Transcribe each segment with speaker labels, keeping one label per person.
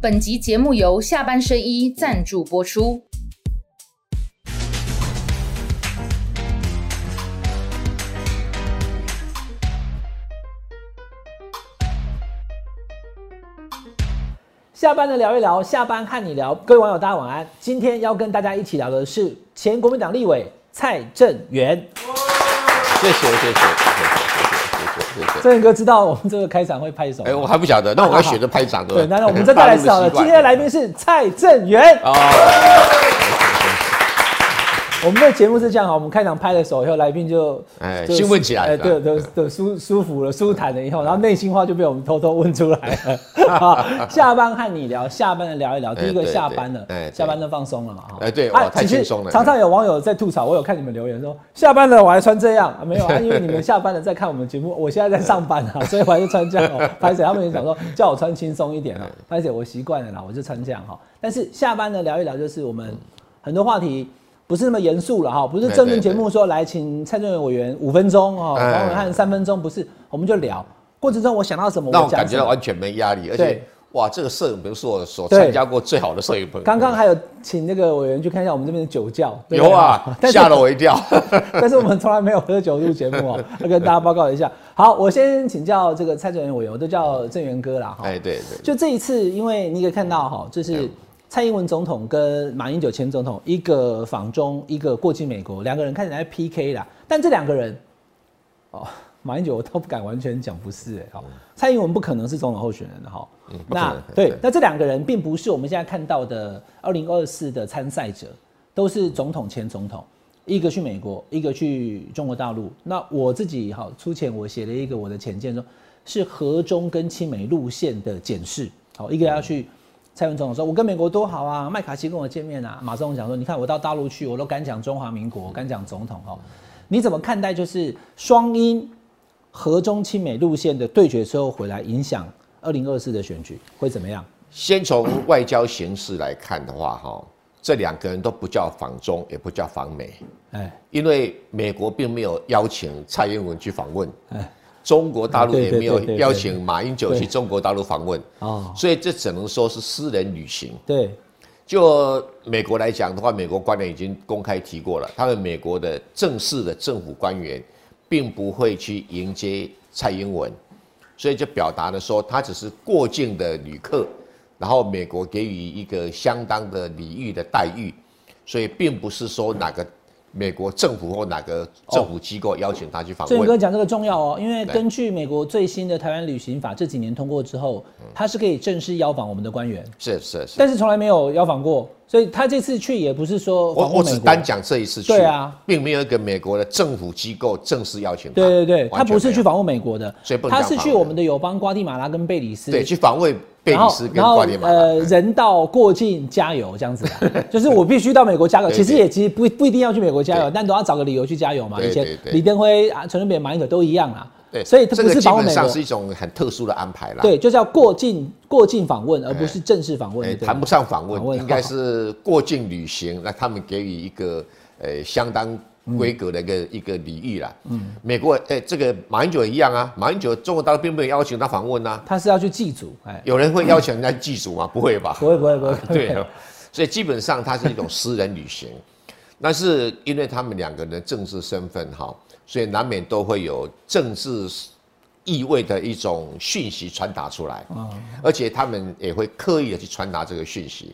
Speaker 1: 本集节目由下半身衣赞助播出。
Speaker 2: 下班的聊一聊，下班和你聊。各位网友，大家晚安。今天要跟大家一起聊的是前国民党立委蔡正元。
Speaker 3: 谢谢谢谢谢谢谢谢谢谢。
Speaker 2: 正元哥知道我们这个开场会拍手吗，
Speaker 3: 哎，我还不晓得，那我要学着拍掌
Speaker 2: 对，
Speaker 3: 对不
Speaker 2: 那那我 们再再来一次好了。今天的来宾是蔡正元。
Speaker 3: 哦，
Speaker 2: 我们的节目是这样哈，我们开场拍的时候，以后来宾就
Speaker 3: 哎
Speaker 2: 就
Speaker 3: 兴奋起来
Speaker 2: 哎，
Speaker 3: 是吧
Speaker 2: 对，都都舒舒服了，舒坦了以后，然后内心话就被我们偷偷问出来 了。好下班和你聊，下班了聊一聊。第一个
Speaker 3: 哎对
Speaker 2: 下班了
Speaker 3: 对哎，对
Speaker 2: 下班了放松了嘛哈。
Speaker 3: 哎对
Speaker 2: 啊
Speaker 3: 哇太
Speaker 2: 其实
Speaker 3: 轻松了
Speaker 2: 常常有网友在吐槽，我有看你们留言说下班了我还穿这样， 啊没有啊，因为你们下班了在看我们节目，我现在在上班啊，所以我还是穿这样哦。拍姐他们也想说叫我穿轻松一点啊，
Speaker 3: 哎
Speaker 2: 拍姐我习惯了啦，我就穿这样哈。但是下班了聊一聊，就是我们很多话题。不是那么严肃了哈，不是政论节目说来请蔡正元委员五分钟哦，
Speaker 3: 哎
Speaker 2: 王文汉三分钟，不是，我们就聊。过程中我想到什么，
Speaker 3: 让
Speaker 2: 我
Speaker 3: 我感
Speaker 2: 讲
Speaker 3: 觉
Speaker 2: 什
Speaker 3: 到
Speaker 2: 么。
Speaker 3: 完全没压力，而且
Speaker 2: 对
Speaker 3: 哇，这个摄影棚是我所
Speaker 2: 对
Speaker 3: 参加过最好的摄影棚。
Speaker 2: 刚刚还有请那个委员去看一下我们这边的酒窖，对不
Speaker 3: 有
Speaker 2: 对
Speaker 3: 啊，
Speaker 2: 但是
Speaker 3: 吓了我一跳。
Speaker 2: 但是我们从来没有喝酒录节目哦，要跟大家报告一下。好，我先请教这个蔡正元委员，我都叫正元哥啦哈。
Speaker 3: 哎，对对，
Speaker 2: 就这一次，因为你可以看到
Speaker 3: 嗯
Speaker 2: 哈，就是蔡英文总统跟马英九前总统，一个访中，一个过境美国，两个人看起来在 PK 啦。但这两个人，哦，马英九我倒不敢完全讲不是哎、哦，蔡英文不可能是总统候选人的哈。
Speaker 3: 嗯不可能
Speaker 2: 那
Speaker 3: 对
Speaker 2: 对，那这两个人并不是我们现在看到的二零二四的参赛者，都是总统前总统。一个去美国，一个去中国大陆。那我自己好出钱，我写了一个我的浅见说，是和中跟亲美路线的检视。好，一个要去蔡文总统说，我跟美国多好啊，麦卡锡跟我见面啊。马总统讲说，你看我到大陆去，我都敢讲中华民国，敢讲总统哦。你怎么看待就是双英和中亲美路线的对决之后回来影响二零二四的选举会怎么样？
Speaker 3: 先从外交形势来看的话，哈，这两个人都不叫访中，也不叫访美，
Speaker 2: 哎
Speaker 3: 因为美国并没有邀请蔡英文去访问，
Speaker 2: 哎
Speaker 3: 中国大陆
Speaker 2: 对
Speaker 3: 也
Speaker 2: 对
Speaker 3: 没有
Speaker 2: 对对对
Speaker 3: 邀请马英九
Speaker 2: 对
Speaker 3: 去中国大陆访问，
Speaker 2: 哦，
Speaker 3: 所以这只能说是私人旅行。
Speaker 2: 对
Speaker 3: 就美国来讲的话，美国官员已经公开提过了，他们美国的正式的政府官员并不会去迎接蔡英文，所以就表达了说他只是过境的旅客，然后美国给予一个相当的礼遇的待遇，所以并不是说哪个美国政府或哪个政府机构邀请他去访
Speaker 2: 郑宇
Speaker 3: 问。
Speaker 2: 哥讲这个重要哦，因为
Speaker 3: 对
Speaker 2: 根据美国最新的台湾旅行法，这几年通过之后，
Speaker 3: 嗯
Speaker 2: 他是可以正式邀访我们的官员，
Speaker 3: 是是是，
Speaker 2: 但是从来没有邀访过，所以他这次去也不是说
Speaker 3: 我
Speaker 2: 访问
Speaker 3: 我
Speaker 2: 美
Speaker 3: 只
Speaker 2: 国
Speaker 3: 单讲这一次去，
Speaker 2: 对啊
Speaker 3: 并没有一个美国的政府机构正式邀请他。
Speaker 2: 对对对，他
Speaker 3: 完全
Speaker 2: 不是
Speaker 3: 没有
Speaker 2: 去访问美国的
Speaker 3: 所以，不能
Speaker 2: 他
Speaker 3: 讲
Speaker 2: 是
Speaker 3: 访
Speaker 2: 去
Speaker 3: 问
Speaker 2: 我们的友邦瓜地马拉跟贝里斯，
Speaker 3: 对，去访问贝
Speaker 2: 然
Speaker 3: 里
Speaker 2: 后
Speaker 3: 斯跟
Speaker 2: 然后
Speaker 3: 瓜地马
Speaker 2: 呃，
Speaker 3: 拉。嗯
Speaker 2: 人到过境加油这样子 啦，就是我必须到美国加油。
Speaker 3: 对
Speaker 2: 其实
Speaker 3: 对
Speaker 2: 也其实不不一定要去美国加油，
Speaker 3: 对
Speaker 2: 但都要找个理由去加油嘛。
Speaker 3: 对
Speaker 2: 以前
Speaker 3: 对对
Speaker 2: 李登辉、啊陈水扁、马英九都一样啦。啊
Speaker 3: 对，
Speaker 2: 所以他
Speaker 3: 这
Speaker 2: 不
Speaker 3: 个
Speaker 2: 是
Speaker 3: 基
Speaker 2: 访问
Speaker 3: 本
Speaker 2: 美
Speaker 3: 上
Speaker 2: 国，
Speaker 3: 是一种很特殊的安排啦。
Speaker 2: 对，就是要过境过境访问，而不是正式访问。
Speaker 3: 哎，
Speaker 2: 对
Speaker 3: 谈不上访问，
Speaker 2: 访问
Speaker 3: 应该是过境旅行。那他们给予一个呃相当规格的一个、一个礼遇啦。嗯，美国哎、这个马英九也一样啊，马英九中国大陆并没有邀请他访问啊。
Speaker 2: 他是要去祭祖，哎，
Speaker 3: 有人会邀请人家祭祖吗？不会吧？
Speaker 2: 不会不会不 会，不会
Speaker 3: 啊对，所以基本上它是一种私人旅行， 但是因为他们两个人的政治身份哈，所以难免都会有政治意味的一种讯息传达出来，而且他们也会刻意的去传达这个讯息，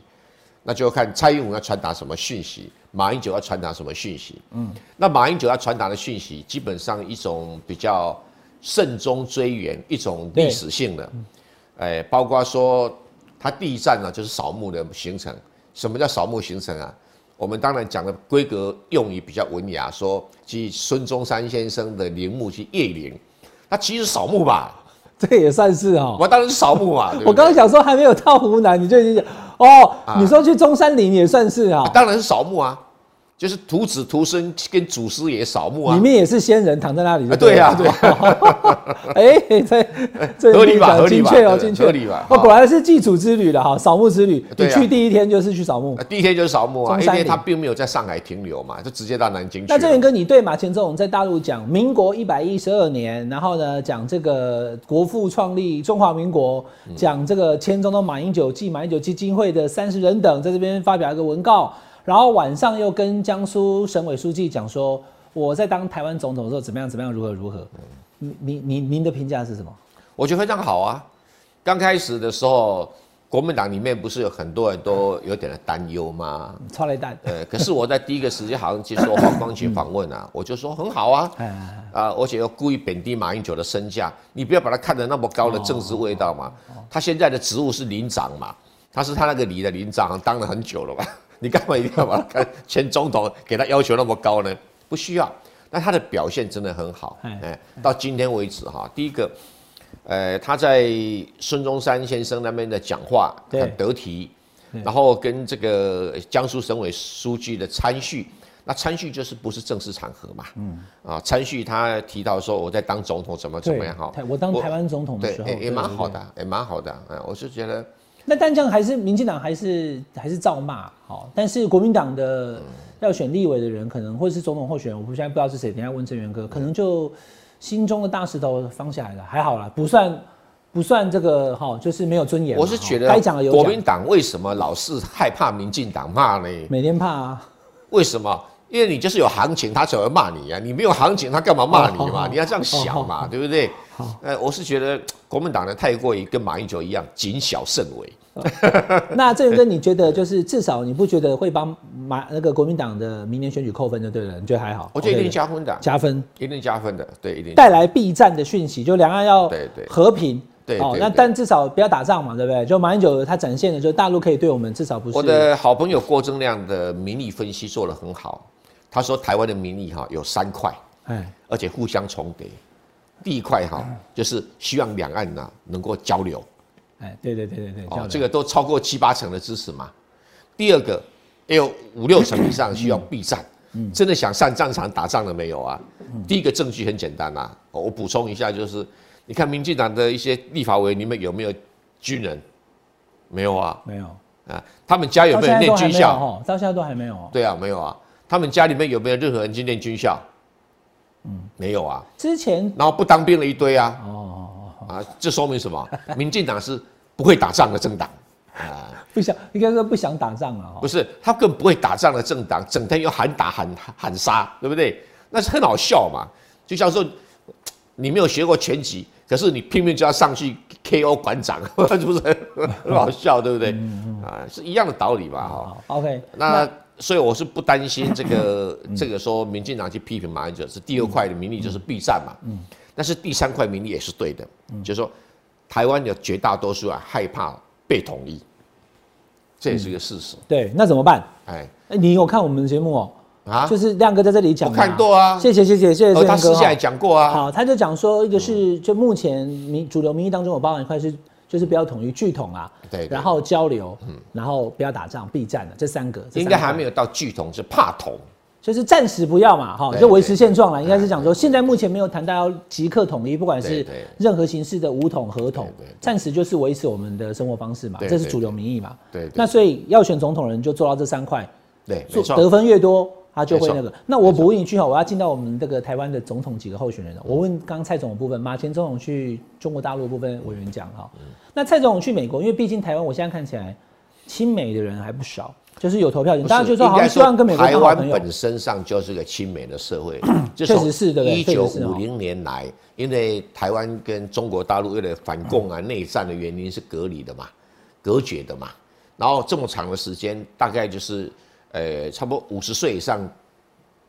Speaker 3: 那就看蔡英文要传达什么讯息，马英九要传达什么讯息，嗯，那马英九要传达的讯息，基本上一种比较慎终追远，一种历史性的。
Speaker 2: 嗯
Speaker 3: 哎，包括说它第一站呢啊就是扫墓的行程。什么叫扫墓行程啊？我们当然讲的规格用语比较文雅，说即孙中山先生的陵墓去谒陵，他其实扫墓吧，
Speaker 2: 这也算是哦。
Speaker 3: 我当然是扫墓 嘛。对不对
Speaker 2: 我刚刚想说还没有到湖南，你就已经讲哦，你说去中山陵也算是啊
Speaker 3: 啊，当然是扫墓啊。就是徒子徒孙跟祖师爷扫墓啊
Speaker 2: 里。面也是仙人躺在那里就了
Speaker 3: 啊对啊，
Speaker 2: 哎， 这这
Speaker 3: 合理吧
Speaker 2: 讲
Speaker 3: 合理
Speaker 2: 精
Speaker 3: 吧
Speaker 2: 确哦，
Speaker 3: 对
Speaker 2: 精确
Speaker 3: 合理吧
Speaker 2: 哦，
Speaker 3: 好
Speaker 2: 果然是祭祖之旅了哈，扫墓之旅。
Speaker 3: 对
Speaker 2: 你
Speaker 3: 啊
Speaker 2: 去第一天就是去扫墓
Speaker 3: 啊，第一天就是扫墓啊，
Speaker 2: 中
Speaker 3: 因
Speaker 2: 山
Speaker 3: 为
Speaker 2: 陵
Speaker 3: 他并没有在上海停留嘛，就直接到南京去了。
Speaker 2: 那郑源哥，你对马前总统在大陆讲民国一百一十二年，然后呢讲这个国父创立中华民国，
Speaker 3: 嗯
Speaker 2: 讲这个前总统马英九暨马英九基金会的三十人等，在这边发表一个文告，然后晚上又跟江苏省委书记讲说我在当台湾总统的时候怎么样怎么样如何如何，
Speaker 3: 嗯
Speaker 2: 你你你您的评价是什么？
Speaker 3: 我觉得非常好啊。刚开始的时候，国民党里面不是有很多人都有点担忧吗？
Speaker 2: 超雷蛋，
Speaker 3: 呃，可是我在第一个时间好像接受黄光琴访问啊，我就说很好啊，
Speaker 2: 哎，
Speaker 3: 啊，而且要故意贬低马英九的身价，你不要把他看得那么高的政治味道嘛。他现在的职务是领长嘛，他是他那个里的领长，当了很久了吧？你干嘛 一定要把他看前总统给他要求那么高呢？不需要。那他的表现真的很好，
Speaker 2: 哎
Speaker 3: 哎，到今天为止哈，第一个，呃，他在孙中山先生那边的讲话
Speaker 2: 对
Speaker 3: 很得体
Speaker 2: 对，
Speaker 3: 然后跟这个呃江苏省委书记的参叙，那参叙就是不是正式场合嘛，嗯，啊，参叙他提到说我在当总统怎么怎么样哈
Speaker 2: 台，我当台湾总统的
Speaker 3: 对
Speaker 2: 时，候
Speaker 3: 也也蛮好。
Speaker 2: 对
Speaker 3: 的，也蛮好的，啊，我是觉得
Speaker 2: 那但这样还是民进党还是还是照骂好，但是国民党
Speaker 3: 嗯
Speaker 2: 的要选立委的人，可能或者是总统候选人，我不现在不知道是谁，等一下问郑源哥，可能就心中的大石头放下来了，还好啦，不算不算这个哈，就是没有尊严啦。
Speaker 3: 我是觉
Speaker 2: 哈该讲的
Speaker 3: 得
Speaker 2: 有
Speaker 3: 国
Speaker 2: 讲
Speaker 3: 民，党为什么老是害怕民进党骂呢？
Speaker 2: 每天怕啊，
Speaker 3: 为什么？因为你就是有行情，他才会骂你啊！你没有行情，他干嘛骂你
Speaker 2: 哦好
Speaker 3: 嘛？
Speaker 2: 好
Speaker 3: 你要这样想嘛，对不对？呃，我是觉得国民党的太过于跟马英九一样谨小慎微。
Speaker 2: 那郑源哥，你觉得就是至少你不觉得会帮马那个国民党的明年选举扣分哦就对了，你觉得还好？
Speaker 3: 我觉得一
Speaker 2: OK
Speaker 3: 定
Speaker 2: 的
Speaker 3: 加分的，啊
Speaker 2: 加分。
Speaker 3: 一定加分的，对，一定
Speaker 2: 带来避战的讯息，就两岸要
Speaker 3: 对对
Speaker 2: 和平。哦
Speaker 3: 对对
Speaker 2: 那
Speaker 3: 对
Speaker 2: 但至少不要打仗嘛，对不对？就马英九他展现的，就是大陆可以对我们至少不是。
Speaker 3: 我的好朋友郭正亮的民意分析做得很好，他说台湾的民意哈有三块，
Speaker 2: 哎，
Speaker 3: 而且互相重叠。第一块哈就是希望两岸呢、能够交流，
Speaker 2: 哎，对对对对对，
Speaker 3: 哦，这
Speaker 2: 个
Speaker 3: 个都超过七八成的支持嘛。第二个也有五六成以上需要避战，真的想上战场打仗了没有啊？第一个证据很简单呐、哦我补充一下，就是你看民进党的一些立法委员里面有没有军人？没有啊，
Speaker 2: 没有，
Speaker 3: 啊，他们家有
Speaker 2: 到
Speaker 3: 没
Speaker 2: 现在
Speaker 3: 有念
Speaker 2: 都还
Speaker 3: 军
Speaker 2: 没有
Speaker 3: 校？
Speaker 2: 哦，到现在都还没有哦。
Speaker 3: 对啊，没有啊。他们家里面有没有任何人去念军校？嗯，没有啊。
Speaker 2: 之前
Speaker 3: 然后不当兵了一堆啊，
Speaker 2: 哦哦，哦
Speaker 3: 啊，这说明什么？民进党是不会打仗的政党。
Speaker 2: 不想应该说不想打仗了哦哈
Speaker 3: 不。是，他更不会打仗的政党，整天又喊打喊喊杀，对不对？那是很好笑嘛。就像说，你没有学过拳击，可是你拼命就要上去 KO 馆长， 是不是很好笑，对不
Speaker 2: 嗯
Speaker 3: 对？啊，是一样的道理嘛，哈。
Speaker 2: 好，OK，
Speaker 3: 那所以我是不担心这个
Speaker 2: 嗯
Speaker 3: 这个说民进党去批评马英九是第二块的民意就是避战嘛，嗯，但是第三块民意也是对的，
Speaker 2: 嗯
Speaker 3: 就是说台湾的绝大多数啊害怕被统一，这也是一个事实，
Speaker 2: 对，那怎么办？
Speaker 3: 哎。
Speaker 2: 哎，你有看我们的节目哦？
Speaker 3: 啊，
Speaker 2: 就是亮哥在这里讲
Speaker 3: 我
Speaker 2: 嘛，
Speaker 3: 看过啊
Speaker 2: 谢谢谢谢谢谢郑
Speaker 3: 哦，他
Speaker 2: 源哥
Speaker 3: 私
Speaker 2: 哦。
Speaker 3: 下也讲过啊，
Speaker 2: 好，他就讲说，一个
Speaker 3: 嗯
Speaker 2: 是就目前民主流民意当中有包含一块是就是不要统一拒统啊，
Speaker 3: 对对
Speaker 2: 然后交流，然后不要打仗避战的这三个，这
Speaker 3: 应
Speaker 2: 三个
Speaker 3: 该还没有到巨统，是怕统，
Speaker 2: 就是暂时不要嘛，哈，
Speaker 3: 对
Speaker 2: 就维持现状了。
Speaker 3: 对
Speaker 2: 应该是讲说，现在目前没有谈到要即刻统一，不管
Speaker 3: 对
Speaker 2: 是
Speaker 3: 对
Speaker 2: 任何形式的武统、合统
Speaker 3: 对对对，
Speaker 2: 暂时就是维持我们的生活方式嘛，
Speaker 3: 对
Speaker 2: 这是
Speaker 3: 对
Speaker 2: 主流民意嘛。
Speaker 3: 对对
Speaker 2: 那所以要选总统的人就做到这三块，
Speaker 3: 对，没
Speaker 2: 做得
Speaker 3: 错，
Speaker 2: 分越多，他就会
Speaker 3: 没错嗯
Speaker 2: 那个。那我补问一句哈，我要进到我们这个台湾的总统几个候选人了。哦我问刚刚蔡总的部分，马前总统去中国大陆的部分委员讲哈，
Speaker 3: 嗯
Speaker 2: 那蔡总统去美国，因为毕竟台湾我现在看起来亲美的人还不少，就是有投票权，
Speaker 3: 不
Speaker 2: 大家
Speaker 3: 是
Speaker 2: 就说好
Speaker 3: 应
Speaker 2: 像
Speaker 3: 该
Speaker 2: 希望跟美国
Speaker 3: 台
Speaker 2: 当好朋
Speaker 3: 湾
Speaker 2: 友。嗯
Speaker 3: 本身上就是个亲美的社会，
Speaker 2: 确实是对不对
Speaker 3: 一
Speaker 2: 确
Speaker 3: 九
Speaker 2: 实是哦
Speaker 3: 五零年来，因为台湾跟中国大陆为了反共啊、内战的原因是隔离的嘛，隔绝的嘛，然后这么长的时间，大概就是呃，差不多五十岁以上。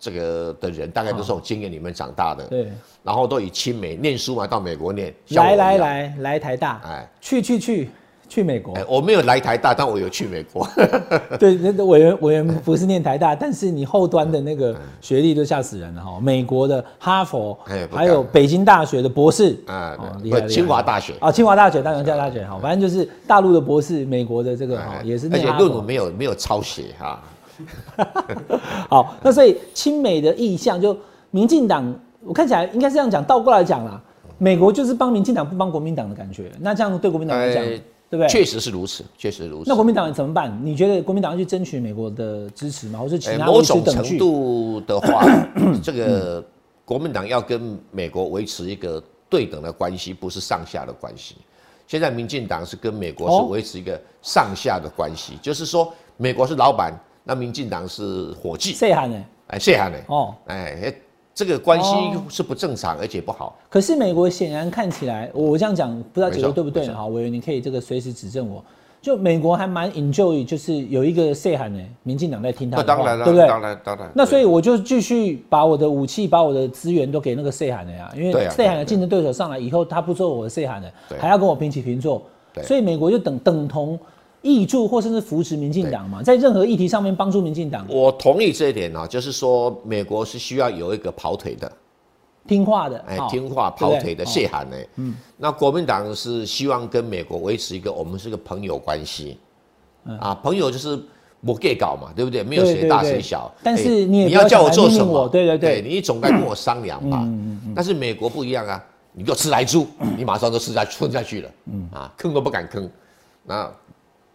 Speaker 3: 这个的人大概都是从经验里面长大的，
Speaker 2: 对，
Speaker 3: 然后都以亲美念书嘛，到美国念。像我
Speaker 2: 来
Speaker 3: 一
Speaker 2: 来
Speaker 3: 样，
Speaker 2: 来来台大，
Speaker 3: 哎，
Speaker 2: 去去去去美国
Speaker 3: 哎、。我没有来台大，但我有去美国。
Speaker 2: 对，那个委员委员不是念台大，但是你后端的那
Speaker 3: 嗯
Speaker 2: 个学历都吓死人了哈。美国的哈佛
Speaker 3: 哎，不敢
Speaker 2: 还有北京大学的博士
Speaker 3: 啊
Speaker 2: 哦
Speaker 3: 对
Speaker 2: 厉害
Speaker 3: 不
Speaker 2: 厉害
Speaker 3: 清华大学
Speaker 2: 啊，清华大学、当然交大学哈，反正就是大陆的博士，美国的这个哈 哦
Speaker 3: 哎
Speaker 2: 也是
Speaker 3: 而
Speaker 2: 念
Speaker 3: 且
Speaker 2: 哈
Speaker 3: 论文
Speaker 2: 佛。
Speaker 3: 没有没有抄写哈、
Speaker 2: 好，那所以亲美的意向就民进党，我看起来应该是这样讲，倒过来讲啦，美国就是帮民进党不帮国民党的感觉，那这样对国民党来讲，
Speaker 3: 哎
Speaker 2: 对不对？
Speaker 3: 确实是如此，确实如此。
Speaker 2: 那国民党怎么办？你觉得国民党要去争取美国的支持吗？或是其
Speaker 3: 哎
Speaker 2: 他
Speaker 3: 某
Speaker 2: 维持
Speaker 3: 种
Speaker 2: 等
Speaker 3: 程
Speaker 2: 距？
Speaker 3: 度 的话，这个国民党要跟美国维持一个对等的关系，不是上下的关系。现在民进党是跟美国
Speaker 2: 哦
Speaker 3: 是维持一个上下的关系，就是说美国是老板，那民进党是伙计。
Speaker 2: 这喊呢？
Speaker 3: 哎，谢涵呢？
Speaker 2: 欸哦，
Speaker 3: 哎，这个关系
Speaker 2: 哦
Speaker 3: 是不正常，而且不好。
Speaker 2: 可是美国显然看起来，我这样讲不知道解读对不对
Speaker 3: 没
Speaker 2: 呢？
Speaker 3: 错
Speaker 2: 哈，委员你可以这个随时指正我。就美国还蛮 enjoy，就是有一个 say 喊呢，民进党在听他
Speaker 3: 那
Speaker 2: 的
Speaker 3: 当
Speaker 2: 话，
Speaker 3: 然了，
Speaker 2: 对不对？
Speaker 3: 当然当然。
Speaker 2: 那所以
Speaker 3: 对
Speaker 2: 我就继续把我的武器、把我的资源都给那个 C 韩的呀，因为
Speaker 3: 对啊
Speaker 2: C
Speaker 3: 对啊
Speaker 2: 韩的竞争对手上来以后，他不做我的 C 韩的
Speaker 3: 对，啊
Speaker 2: 还要跟我平起平坐，
Speaker 3: 对
Speaker 2: 所以美国就等等同益助或甚至扶持民进党嘛，在任何议题上面帮助民进党
Speaker 3: 我同意这一点啊，就是说美国是需要有一个跑腿的，
Speaker 2: 听话的，
Speaker 3: 哎
Speaker 2: 哦，
Speaker 3: 听话
Speaker 2: 对不
Speaker 3: 跑
Speaker 2: 对
Speaker 3: 腿的
Speaker 2: 哦
Speaker 3: 谢涵呢？嗯，那国民党是希望跟美国维持一个我们是个朋友关系，啊，朋友就是我 gay 搞嘛，对不对？没
Speaker 2: 嗯
Speaker 3: 有
Speaker 2: 对
Speaker 3: 谁
Speaker 2: 对
Speaker 3: 大
Speaker 2: 对
Speaker 3: 谁小，
Speaker 2: 但
Speaker 3: 哎
Speaker 2: 是你也
Speaker 3: 你
Speaker 2: 不要
Speaker 3: 叫
Speaker 2: 想
Speaker 3: 我
Speaker 2: 来
Speaker 3: 做
Speaker 2: 命
Speaker 3: 什
Speaker 2: 令
Speaker 3: 么？哎
Speaker 2: 我对对对嗯
Speaker 3: 你总该跟我商量吧。但是美国不一样啊，你给我吃 来猪，你马上就吃下吞下去了，
Speaker 2: 嗯
Speaker 3: 啊，吭都不敢吭。那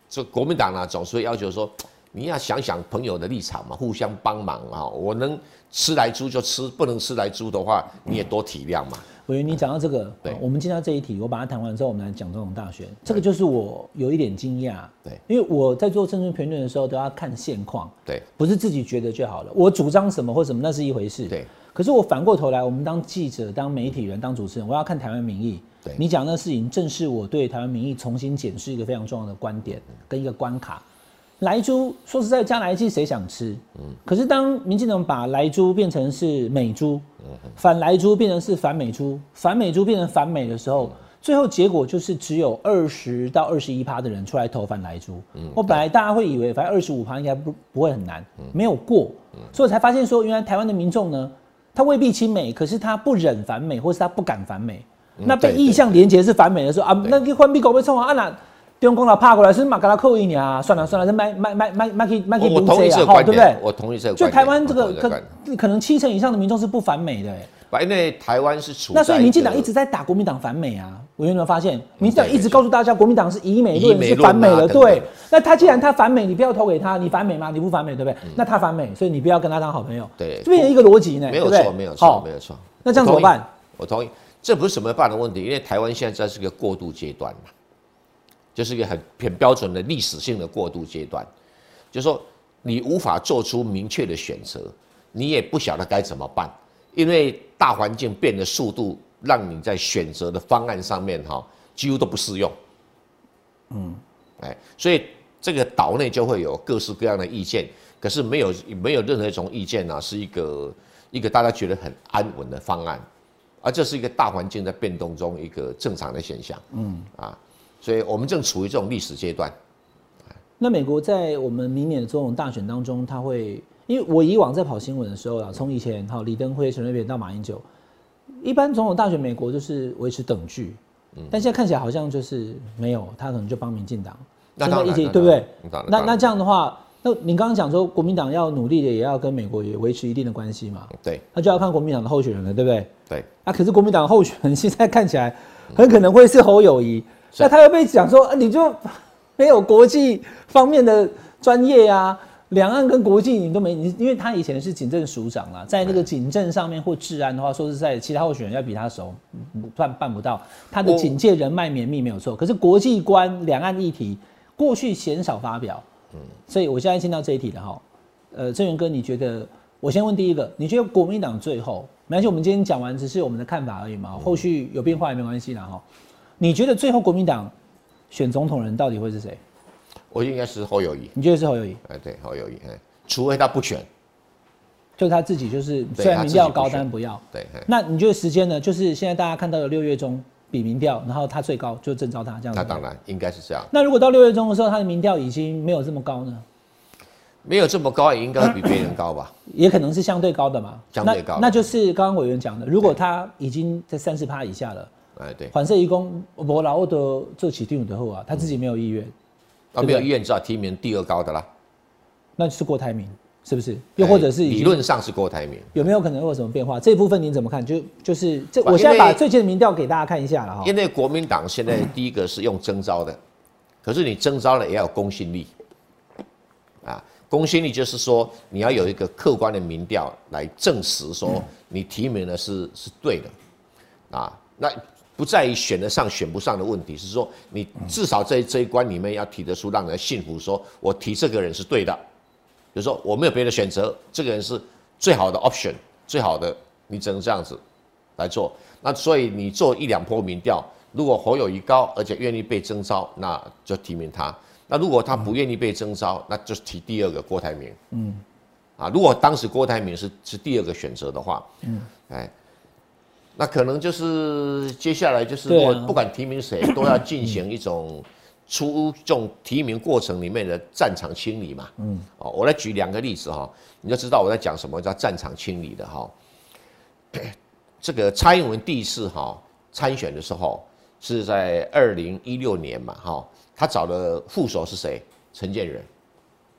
Speaker 3: 这国民党呢、总是会要求说，你要想想朋友的立场嘛，互相帮忙啊。我能吃来猪就吃，不能吃来猪的话，你也多体谅嘛。
Speaker 2: 委员，你讲到这个，
Speaker 3: 对
Speaker 2: 哦我们进到这一题，我把它谈完之后，我们来讲总统大选。这个就是我有一点惊讶，
Speaker 3: 对
Speaker 2: 因为我在做政治评论的时候都要看现况，
Speaker 3: 对
Speaker 2: 不是自己觉得就好了。我主张什么或什么那是一回事，
Speaker 3: 对。
Speaker 2: 可是我反过头来，我们当记者、当媒体人、当主持人，我要看台湾民意。
Speaker 3: 对
Speaker 2: 你讲那事情，正是我对台湾民意重新检视一个非常重要的观点跟一个关卡。莱猪说实在，加来剂谁想吃？可是当民进党把莱猪变成是美猪，反莱猪变成是反美猪，反美猪变成反美的时候，最后结果就是只有二十到二十一趴的人出来投反莱猪。我本来大家会以为反正二十五趴应该不不会很难，没有过，所以我才发现说，原来台湾的民众呢，他未必亲美，可是他不忍反美，或是他不敢反美。那被
Speaker 3: 嗯对
Speaker 2: 意
Speaker 3: 对
Speaker 2: 向连结是反美的时候啊，那个关闭狗被冲啊，啊那中共佬怕过来是马格拉扣一年啊，算了算了，这卖卖卖卖卖去卖去
Speaker 3: 我我同意这个
Speaker 2: 好
Speaker 3: 观
Speaker 2: 啊对不
Speaker 3: 点
Speaker 2: 对，？
Speaker 3: 我同意这个
Speaker 2: 就
Speaker 3: 观点。
Speaker 2: 台湾这
Speaker 3: 我
Speaker 2: 个
Speaker 3: 同意观点
Speaker 2: 可可能七成以上的民众是不反美的、欸，
Speaker 3: 因为台湾是处在
Speaker 2: 那所以民进党
Speaker 3: 个
Speaker 2: 一直在打国民党反美啊，我有没有发现？民进党
Speaker 3: 嗯对
Speaker 2: 一直
Speaker 3: 没错
Speaker 2: 告诉大家国民党是以美
Speaker 3: 以
Speaker 2: 论
Speaker 3: 美
Speaker 2: 是
Speaker 3: 论啊
Speaker 2: 反美的，
Speaker 3: 等等
Speaker 2: 对。那他既然他反美，你不要投给他，你反美吗？你不反美对不对？那他反美，所以你不要跟他当好朋友，
Speaker 3: 嗯对
Speaker 2: 这变成一个逻辑呢，
Speaker 3: 没有
Speaker 2: 对不
Speaker 3: 错，
Speaker 2: 对
Speaker 3: 没有
Speaker 2: 好
Speaker 3: 错，没有错。
Speaker 2: 那这样怎么办
Speaker 3: 我同意？我同意，这不是什么办的问题，因为台湾现在是个过渡阶段嘛，就是一个很很标准的历史性的过渡阶段，就是说你无法做出明确的选择，你也不晓得该怎么办，因为大环境变的速度，让你在选择的方案上面哈，几乎都不适用。嗯，哎，所以这个岛内就会有各式各样的意见，可是没有没有任何一种意见呢、是一个一个大家觉得很安稳的方案，而这是一个大环境在变动中一个正常的现象。嗯啊，所以我们正处于这种历史阶段。
Speaker 2: 那美国在我们明年的总统大选当中，他会，因为我以往在跑新闻的时候啊，从以前哈李登辉、陈水扁到马英九，一般总统大选美国就是维持等距，
Speaker 3: 嗯
Speaker 2: 但现在看起来好像就是没有，他可能就帮民进党，
Speaker 3: 那
Speaker 2: 现在
Speaker 3: 当然
Speaker 2: 一起
Speaker 3: 那
Speaker 2: 对不对
Speaker 3: 当然？
Speaker 2: 那
Speaker 3: 当然
Speaker 2: 那这样的话，那您刚刚讲说国民党要努力的，也要跟美国也维持一定的关系嘛，
Speaker 3: 对
Speaker 2: 那就要看国民党的候选人了，对不对？
Speaker 3: 对，
Speaker 2: 啊，可是国民党候选人现在看起来很可能会是侯友谊，那他又被讲说、啊、你就没有国际方面的专业啊，两岸跟国际你都没，你因为他以前是警政署长啦，在那个警政上面或治安的话，说实在，其他候选人要比他熟，嗯办办不到，他的
Speaker 3: 我
Speaker 2: 警界人脉绵密没有错，可是国际观、两岸议题过去鲜少发表，所以我现在听到这一题了哈。呃，郑源哥，你觉得？我先问第一个，你觉得国民党最后，没关系，我们今天讲完只是我们的看法而已
Speaker 3: 嗯
Speaker 2: 嘛，后续有变化也没关系啦哈。你觉得最后国民党选总统人到底会是谁？
Speaker 3: 我应该是侯友谊。
Speaker 2: 你觉得是侯友谊？
Speaker 3: 哎，对，侯友谊。哎，除非他不选。
Speaker 2: 就他自己就是
Speaker 3: 对
Speaker 2: 虽然民调高，
Speaker 3: 他自己不选
Speaker 2: 但不要。
Speaker 3: 对，哎
Speaker 2: 那你觉得时间呢？就是现在大家看到的六月中比民调，然后他最高就征召他这样子。
Speaker 3: 那当。然应该是这样，
Speaker 2: 那如果到六月中的时候，他的民调已经没有这么高呢？
Speaker 3: 没有这么高，也应该比别人高吧？
Speaker 2: 也可能是相对高的嘛。
Speaker 3: 相对高的
Speaker 2: 那那就是刚刚委员讲的，如果他已经在三十趴以下了。
Speaker 3: 哎，对，
Speaker 2: 反射一公我老我都做起定的后啊，他自己没有意愿，
Speaker 3: 啊，没有意愿，只好提名第二高的啦。
Speaker 2: 那就是郭台铭，是不是？又或者是
Speaker 3: 哎
Speaker 2: 已经
Speaker 3: 理论上是郭台铭，
Speaker 2: 有没有可能会有什么变化？这部分您怎么看？就就是这，
Speaker 3: 哇
Speaker 2: 我现在把
Speaker 3: 因为
Speaker 2: 最近的民调给大家看一下了哈。
Speaker 3: 因为国民党现在第一个是用征召的，可是你征召了也要有公信力啊。公信力就是说，你要有一个客观的民调来证实说你提名的是是对的啊。那不在于选得上选不上的问题，是说你至少在这一关里面要提得出让人信服，说我提这个人是对的，就是说我没有别的选择，这个人是最好的 option，最好的，你只能这样子。来做。那所以你做一两波民调，如果侯友谊高，而且愿意被征召，那就提名他；那如果他不愿意被征召，那就提第二个郭台铭。嗯，啊，如果当时郭台铭是是第二个选择的话，嗯，哎。那可能就是接下来就是，
Speaker 2: 对啊
Speaker 3: 如果不管提名谁，都要进行一种出这种提名过程里面的战场清理嘛。嗯，哦，我来举两个例子哈、你就知道我在讲什么叫战场清理的哈、这个蔡英文第一次哈、参选的时候是在二零一六年嘛哈、他找的副手是谁？陈建仁。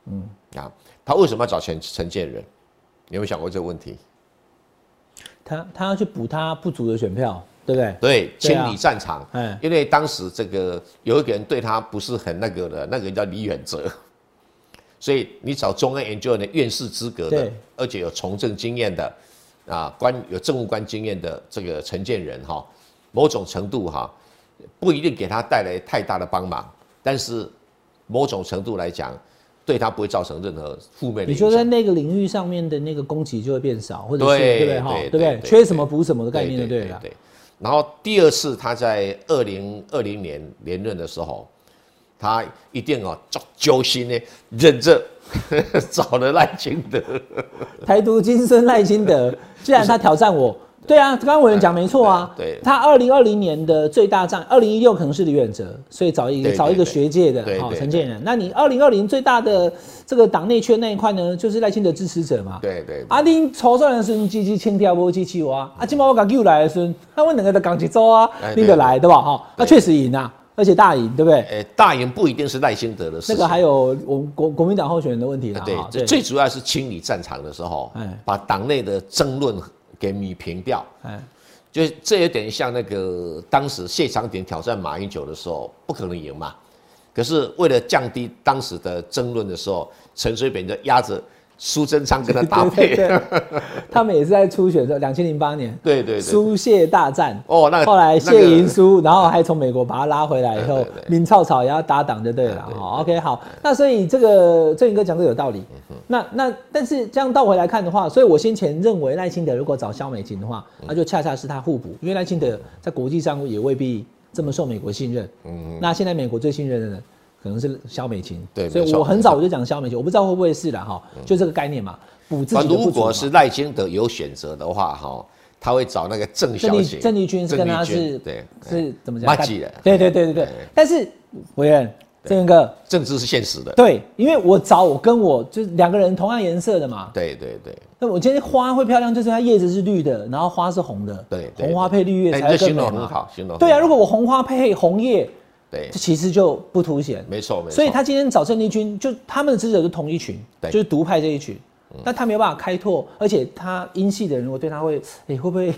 Speaker 3: 嗯啊，他为什么要找陈陈建仁？你有没有想过这个问题？
Speaker 2: 他他要去补他不足的选票，对不对？
Speaker 3: 对，
Speaker 2: 对
Speaker 3: 清
Speaker 2: 啊
Speaker 3: 理战场。
Speaker 2: 哎，
Speaker 3: 因为当时这个有一个人对他不是很那个的，那个人叫李远哲，所以你找中央研究院的院士资格的
Speaker 2: 对，
Speaker 3: 而且有从政经验的，啊，官有政务官经验的这个陈建仁哈，某种程度哈，不一定给他带来太大的帮忙，但是某种程度来讲，对他不会造成任何负面的
Speaker 2: 你
Speaker 3: 影
Speaker 2: 说
Speaker 3: 响。
Speaker 2: 在那个领域上面的那个攻击就会变少，或者是
Speaker 3: 对
Speaker 2: 对不对？哈，
Speaker 3: 对
Speaker 2: 对不对
Speaker 3: 对？对
Speaker 2: 缺什么补什么的概念就对了。
Speaker 3: 对。然后第二次他在二零二零年连任的时候，他一定哦，就揪心呢，忍着 找了赖清德，
Speaker 2: 台独金身赖清德，既然他挑战我，对啊，刚刚委员讲没错啊，
Speaker 3: 对对
Speaker 2: 他二零二零年的最大战，二零一六可能是李远哲，所以找一个
Speaker 3: 对对
Speaker 2: 找一个学界的
Speaker 3: 对
Speaker 2: 好
Speaker 3: 对
Speaker 2: 陈建仁，那你二零二零最大的这个党内圈那一块呢，就是赖清德支持者嘛，
Speaker 3: 对对对
Speaker 2: 啊，恁初选的时阵，支持清掉无支持我啊，啊，今麦我甲救来的时阵，啊，阮两个都共一组啊
Speaker 3: 哎，
Speaker 2: 恁
Speaker 3: 对
Speaker 2: 就来对吧？哈，啊，
Speaker 3: 对
Speaker 2: 确实赢啊，而且大赢，对不对？
Speaker 3: 呃，大赢不一定是赖清德的事
Speaker 2: 那
Speaker 3: 情。呃
Speaker 2: 个还有我们国国民党候选人的问题啦，
Speaker 3: 对
Speaker 2: 哈，
Speaker 3: 最最主要是清理战场的时候
Speaker 2: 哎，
Speaker 3: 把党内的争论给米平掉。
Speaker 2: 哎，
Speaker 3: 就是这有点像那个当时谢长廷挑战马英九的时候，不可能赢嘛。可是为了降低当时的争论的时候，陈水扁就压着苏贞昌跟他搭配。
Speaker 2: 对对对他们也是在初选的时候，两千零八年，
Speaker 3: 对对对，
Speaker 2: 苏谢大战。
Speaker 3: 哦，那个
Speaker 2: 后来
Speaker 3: 那个
Speaker 2: 谢银苏，然后还从美国把他拉回来以
Speaker 3: 对
Speaker 2: 后
Speaker 3: 对，对
Speaker 2: 明草草也要搭档就对了
Speaker 3: 对对嗯
Speaker 2: 哈。OK，好，哦那所以这个郑云哥讲的有道理。那那但是这样倒回来看的话，所以我先前认为赖清德如果找肖美琴的话，
Speaker 3: 嗯
Speaker 2: 那就恰恰是他互补，因为赖清德在国际上也未必这么受美国信任。那现在美国最信任的人可能是肖美琴，
Speaker 3: 嗯对
Speaker 2: 所
Speaker 3: 没
Speaker 2: 以
Speaker 3: 错嗯
Speaker 2: 我很早我就讲肖美琴，我不知道会不会是了哈，就这个概念嘛，补自
Speaker 3: 那
Speaker 2: 己的
Speaker 3: 如
Speaker 2: 不足嘛
Speaker 3: 果。是赖清德有选择的话，哈，他会找那个郑
Speaker 2: 郑
Speaker 3: 小
Speaker 2: 丽
Speaker 3: 姐。
Speaker 2: 郑丽君是跟他
Speaker 3: 郑丽君
Speaker 2: 是
Speaker 3: 对
Speaker 2: 是怎么讲？
Speaker 3: 骂
Speaker 2: 干
Speaker 3: 起来
Speaker 2: 对对对对对
Speaker 3: 对。
Speaker 2: 但是委员郑源哥，
Speaker 3: 政治是现实的。
Speaker 2: 对，因为我找我跟我就是两个人同样颜色的嘛。
Speaker 3: 对对对，
Speaker 2: 那我今天花会漂亮，就是它叶子是绿的，然后花是红的。
Speaker 3: 对对
Speaker 2: 红花配绿叶
Speaker 3: 哎
Speaker 2: 才会
Speaker 3: 你这
Speaker 2: 更
Speaker 3: 形
Speaker 2: 美
Speaker 3: 容
Speaker 2: 嘛
Speaker 3: 很好形容很
Speaker 2: 对啊，
Speaker 3: 好
Speaker 2: 如果我红花配红叶，
Speaker 3: 对
Speaker 2: 这，其实就不凸显。
Speaker 3: 没错没错。
Speaker 2: 所以他今天找郑丽君，就他们的支持者是同一群，
Speaker 3: 对嗯
Speaker 2: 就是独派这一群。那他没有办法开拓，而且他英系的人，我对他会，你、会不会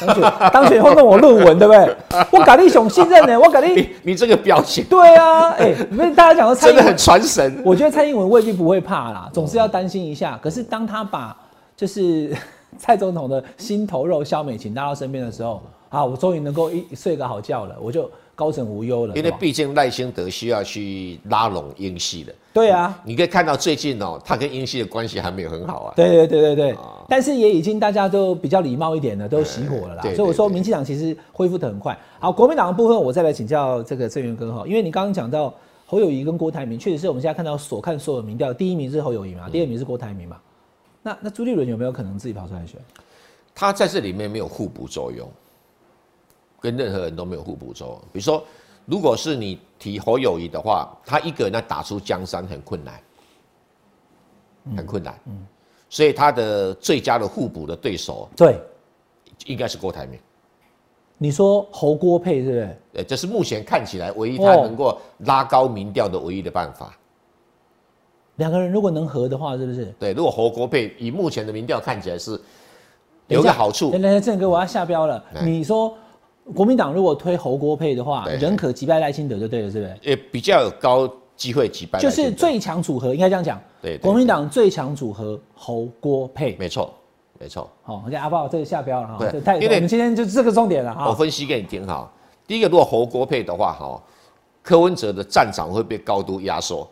Speaker 2: 当选？当选会问我论文，对不对？我搞你熊信任呢、我搞你，
Speaker 3: 你你这个表情
Speaker 2: 对啊，哎、不是大家讲说蔡英
Speaker 3: 真的很
Speaker 2: 文，
Speaker 3: 传神。
Speaker 2: 我觉得蔡英文未必不会怕啦，总是要担心一下。可是当他把就是 蔡总统的心头肉肖美琴拉到身边的时候，啊，我终于能够一睡个好觉了，我就高枕无忧了。
Speaker 3: 因为
Speaker 2: 对吧
Speaker 3: 毕竟赖清德需要去拉拢英系的，
Speaker 2: 对啊，
Speaker 3: 你可以看到最近哦，他跟英系的关系还没有很好啊。
Speaker 2: 对对对对对，但是也已经大家都比较礼貌一点了，都熄火了啦。
Speaker 3: 对对
Speaker 2: 所以我说，
Speaker 3: 对
Speaker 2: 民进党其实恢复的很快。好，国民党的部分，我再来请教这个郑源哥哈，因为你刚刚讲到侯友谊跟郭台铭，确实是我们现在看到所看所有民调，第一名是侯友谊
Speaker 3: 嗯
Speaker 2: 嘛，第二名是郭台铭嘛。那那朱立伦有没有可能自己跑出来选？
Speaker 3: 他在这里面没有互补作用，跟任何人都没有互补作用。比如说，如果是你提侯友谊的话，他一个人要打出江山很困难，很困难。所以他的最佳的互补的对手
Speaker 2: 对，
Speaker 3: 应该是郭台铭。
Speaker 2: 你说侯郭配是不是？
Speaker 3: 呃，这是目前看起来唯一他能够拉高民调的唯一的办法。
Speaker 2: 两个人如果能和的话，是不是？
Speaker 3: 对，如果侯国配以目前的民调看起来是
Speaker 2: 等
Speaker 3: 有
Speaker 2: 一
Speaker 3: 一
Speaker 2: 下
Speaker 3: 个好处
Speaker 2: 等，等郑哥，我要下标了。
Speaker 3: 来
Speaker 2: 你说国民党如果推侯国配的话，
Speaker 3: 对
Speaker 2: 人可击败赖清德就对了，是不是？
Speaker 3: 也比较有高机会击败
Speaker 2: 就
Speaker 3: 赖清德。
Speaker 2: 是最强组合，应该这样讲。
Speaker 3: 对对
Speaker 2: 国民党最强组合侯郭配。
Speaker 3: 没错，没错。
Speaker 2: 好，阿豹这个下标了哈，
Speaker 3: 对
Speaker 2: 这太
Speaker 3: 因为
Speaker 2: 我们今天就这个重点了
Speaker 3: 我
Speaker 2: 哈。
Speaker 3: 分析给你听哈。第一个，如果侯国配的话，哈，柯文哲的战场会被高度压缩，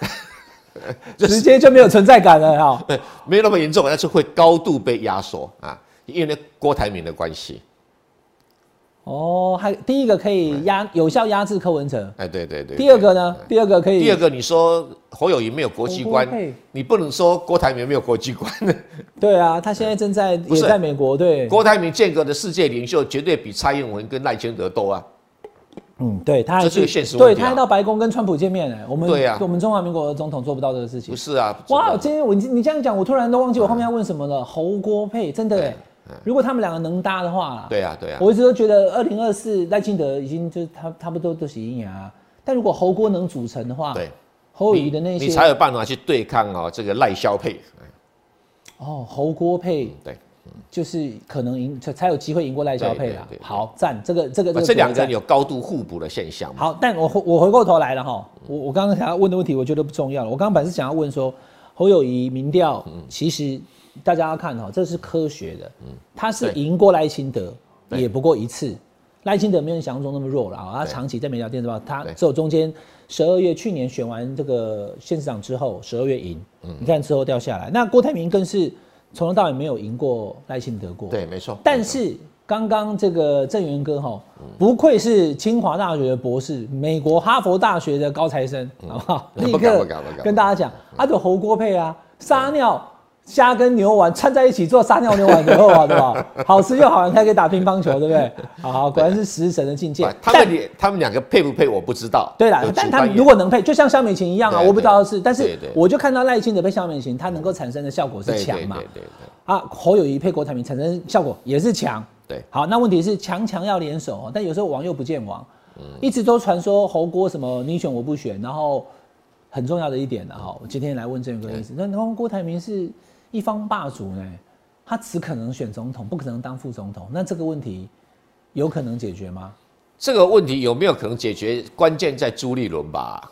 Speaker 2: 直接就没有存在感了哈。
Speaker 3: 对，没有那么严重，但是会高度被压缩啊，因为郭台铭的关系。
Speaker 2: 哦，还第一个可以压有效压制柯文哲，
Speaker 3: 哎，对对对。
Speaker 2: 第二个呢？第二个可
Speaker 3: 对？
Speaker 2: 以，
Speaker 3: 第二个，你说侯友谊没有国际观
Speaker 2: 侯国配，
Speaker 3: 你不能说郭台铭没有国际观。
Speaker 2: 对啊，他现在正在也
Speaker 3: 是
Speaker 2: 在美国，对，
Speaker 3: 郭台铭间隔的世界领袖绝对比蔡英文跟赖清德多啊。
Speaker 2: 嗯，对，他还
Speaker 3: 这是
Speaker 2: 去
Speaker 3: 个现实
Speaker 2: 对
Speaker 3: 问题啊
Speaker 2: 他还到白宫跟川普见面呢。我们
Speaker 3: 对啊
Speaker 2: 我们中华民国的总统做不到这个事情
Speaker 3: 不。是啊。
Speaker 2: 哇，
Speaker 3: 不知道
Speaker 2: 今天我你这样讲，我突然都忘记我后面要问什么了。侯郭配真的耶，如果他们两个能搭的话，
Speaker 3: 对啊对啊
Speaker 2: 我一直都觉得二零二四赖清德已经就是他差不多都是赢牙，但如果侯郭能组成的话，
Speaker 3: 对，
Speaker 2: 侯友谊的那
Speaker 3: 你才
Speaker 2: 些
Speaker 3: 有办法去对抗哦这个赖萧配。哎
Speaker 2: 哦，侯郭配
Speaker 3: 对。
Speaker 2: 就是可能赢，才才有机会赢过赖萧配啦
Speaker 3: 对对。对
Speaker 2: 好，赞，这个这个
Speaker 3: 啊这两
Speaker 2: 个
Speaker 3: 个
Speaker 2: 赞
Speaker 3: 人有高度互补的现象嘛？
Speaker 2: 好，但我回我回过头来了哈，我我刚刚想要问的问题，我觉得不重要了。我刚刚本来是想要问说，侯友谊民调，
Speaker 3: 嗯
Speaker 2: 其实大家要看哈，这是科学的，他是
Speaker 3: 对
Speaker 2: 赢过赖清德，
Speaker 3: 对
Speaker 2: 也不过一次。赖清德没有你想象中那么弱了啊，他
Speaker 3: 对
Speaker 2: 长期在美调电视报，他
Speaker 3: 对
Speaker 2: 只有中间十二月去年选完这个县市长之后，十二月赢，
Speaker 3: 嗯
Speaker 2: 你看之后掉下来。那郭台铭更是从头到尾没有赢过赖清德过，
Speaker 3: 对，没错。
Speaker 2: 但是刚刚这个郑源哥哈，不愧是清华大学的博士，美国哈佛大学的高材生，好不好？
Speaker 3: 嗯 不敢
Speaker 2: 立刻
Speaker 3: 不敢不敢
Speaker 2: 跟大家讲，啊，就侯锅配啊，撒尿。虾跟牛丸掺在一起做撒尿牛丸以后啊，对吧？好吃又好玩，还可以打乒乓球，对不 对？好好，果然是食神的境界
Speaker 3: 啊。他
Speaker 2: 但
Speaker 3: 们两他们两个配不配我不知道。
Speaker 2: 对啦
Speaker 3: 有，
Speaker 2: 但
Speaker 3: 主
Speaker 2: 他
Speaker 3: 观
Speaker 2: 们
Speaker 3: 意
Speaker 2: 如果能配，就像萧美琴一样啊，
Speaker 3: 对
Speaker 2: 我不知道
Speaker 3: 对
Speaker 2: 是，但是
Speaker 3: 对对
Speaker 2: 我就看到赖清德配萧美琴，它能够产生的效果是
Speaker 3: 对
Speaker 2: 强嘛
Speaker 3: 对。对对对
Speaker 2: 啊，侯友谊配郭台铭产生效果也是强。
Speaker 3: 对
Speaker 2: 好，那问题是强强要联手哦，但有时候王又不见王，一直都传说侯郭什么你选我不选，然后很重要的一点呢、
Speaker 3: 嗯
Speaker 2: 啊、哈，我今天来问郑源哥的意思，那然后郭台铭是一方霸主呢，他只可能选总统，不可能当副总统，那这个问题有可能解决吗？
Speaker 3: 这个问题有没有可能解决？关键在朱立伦吧。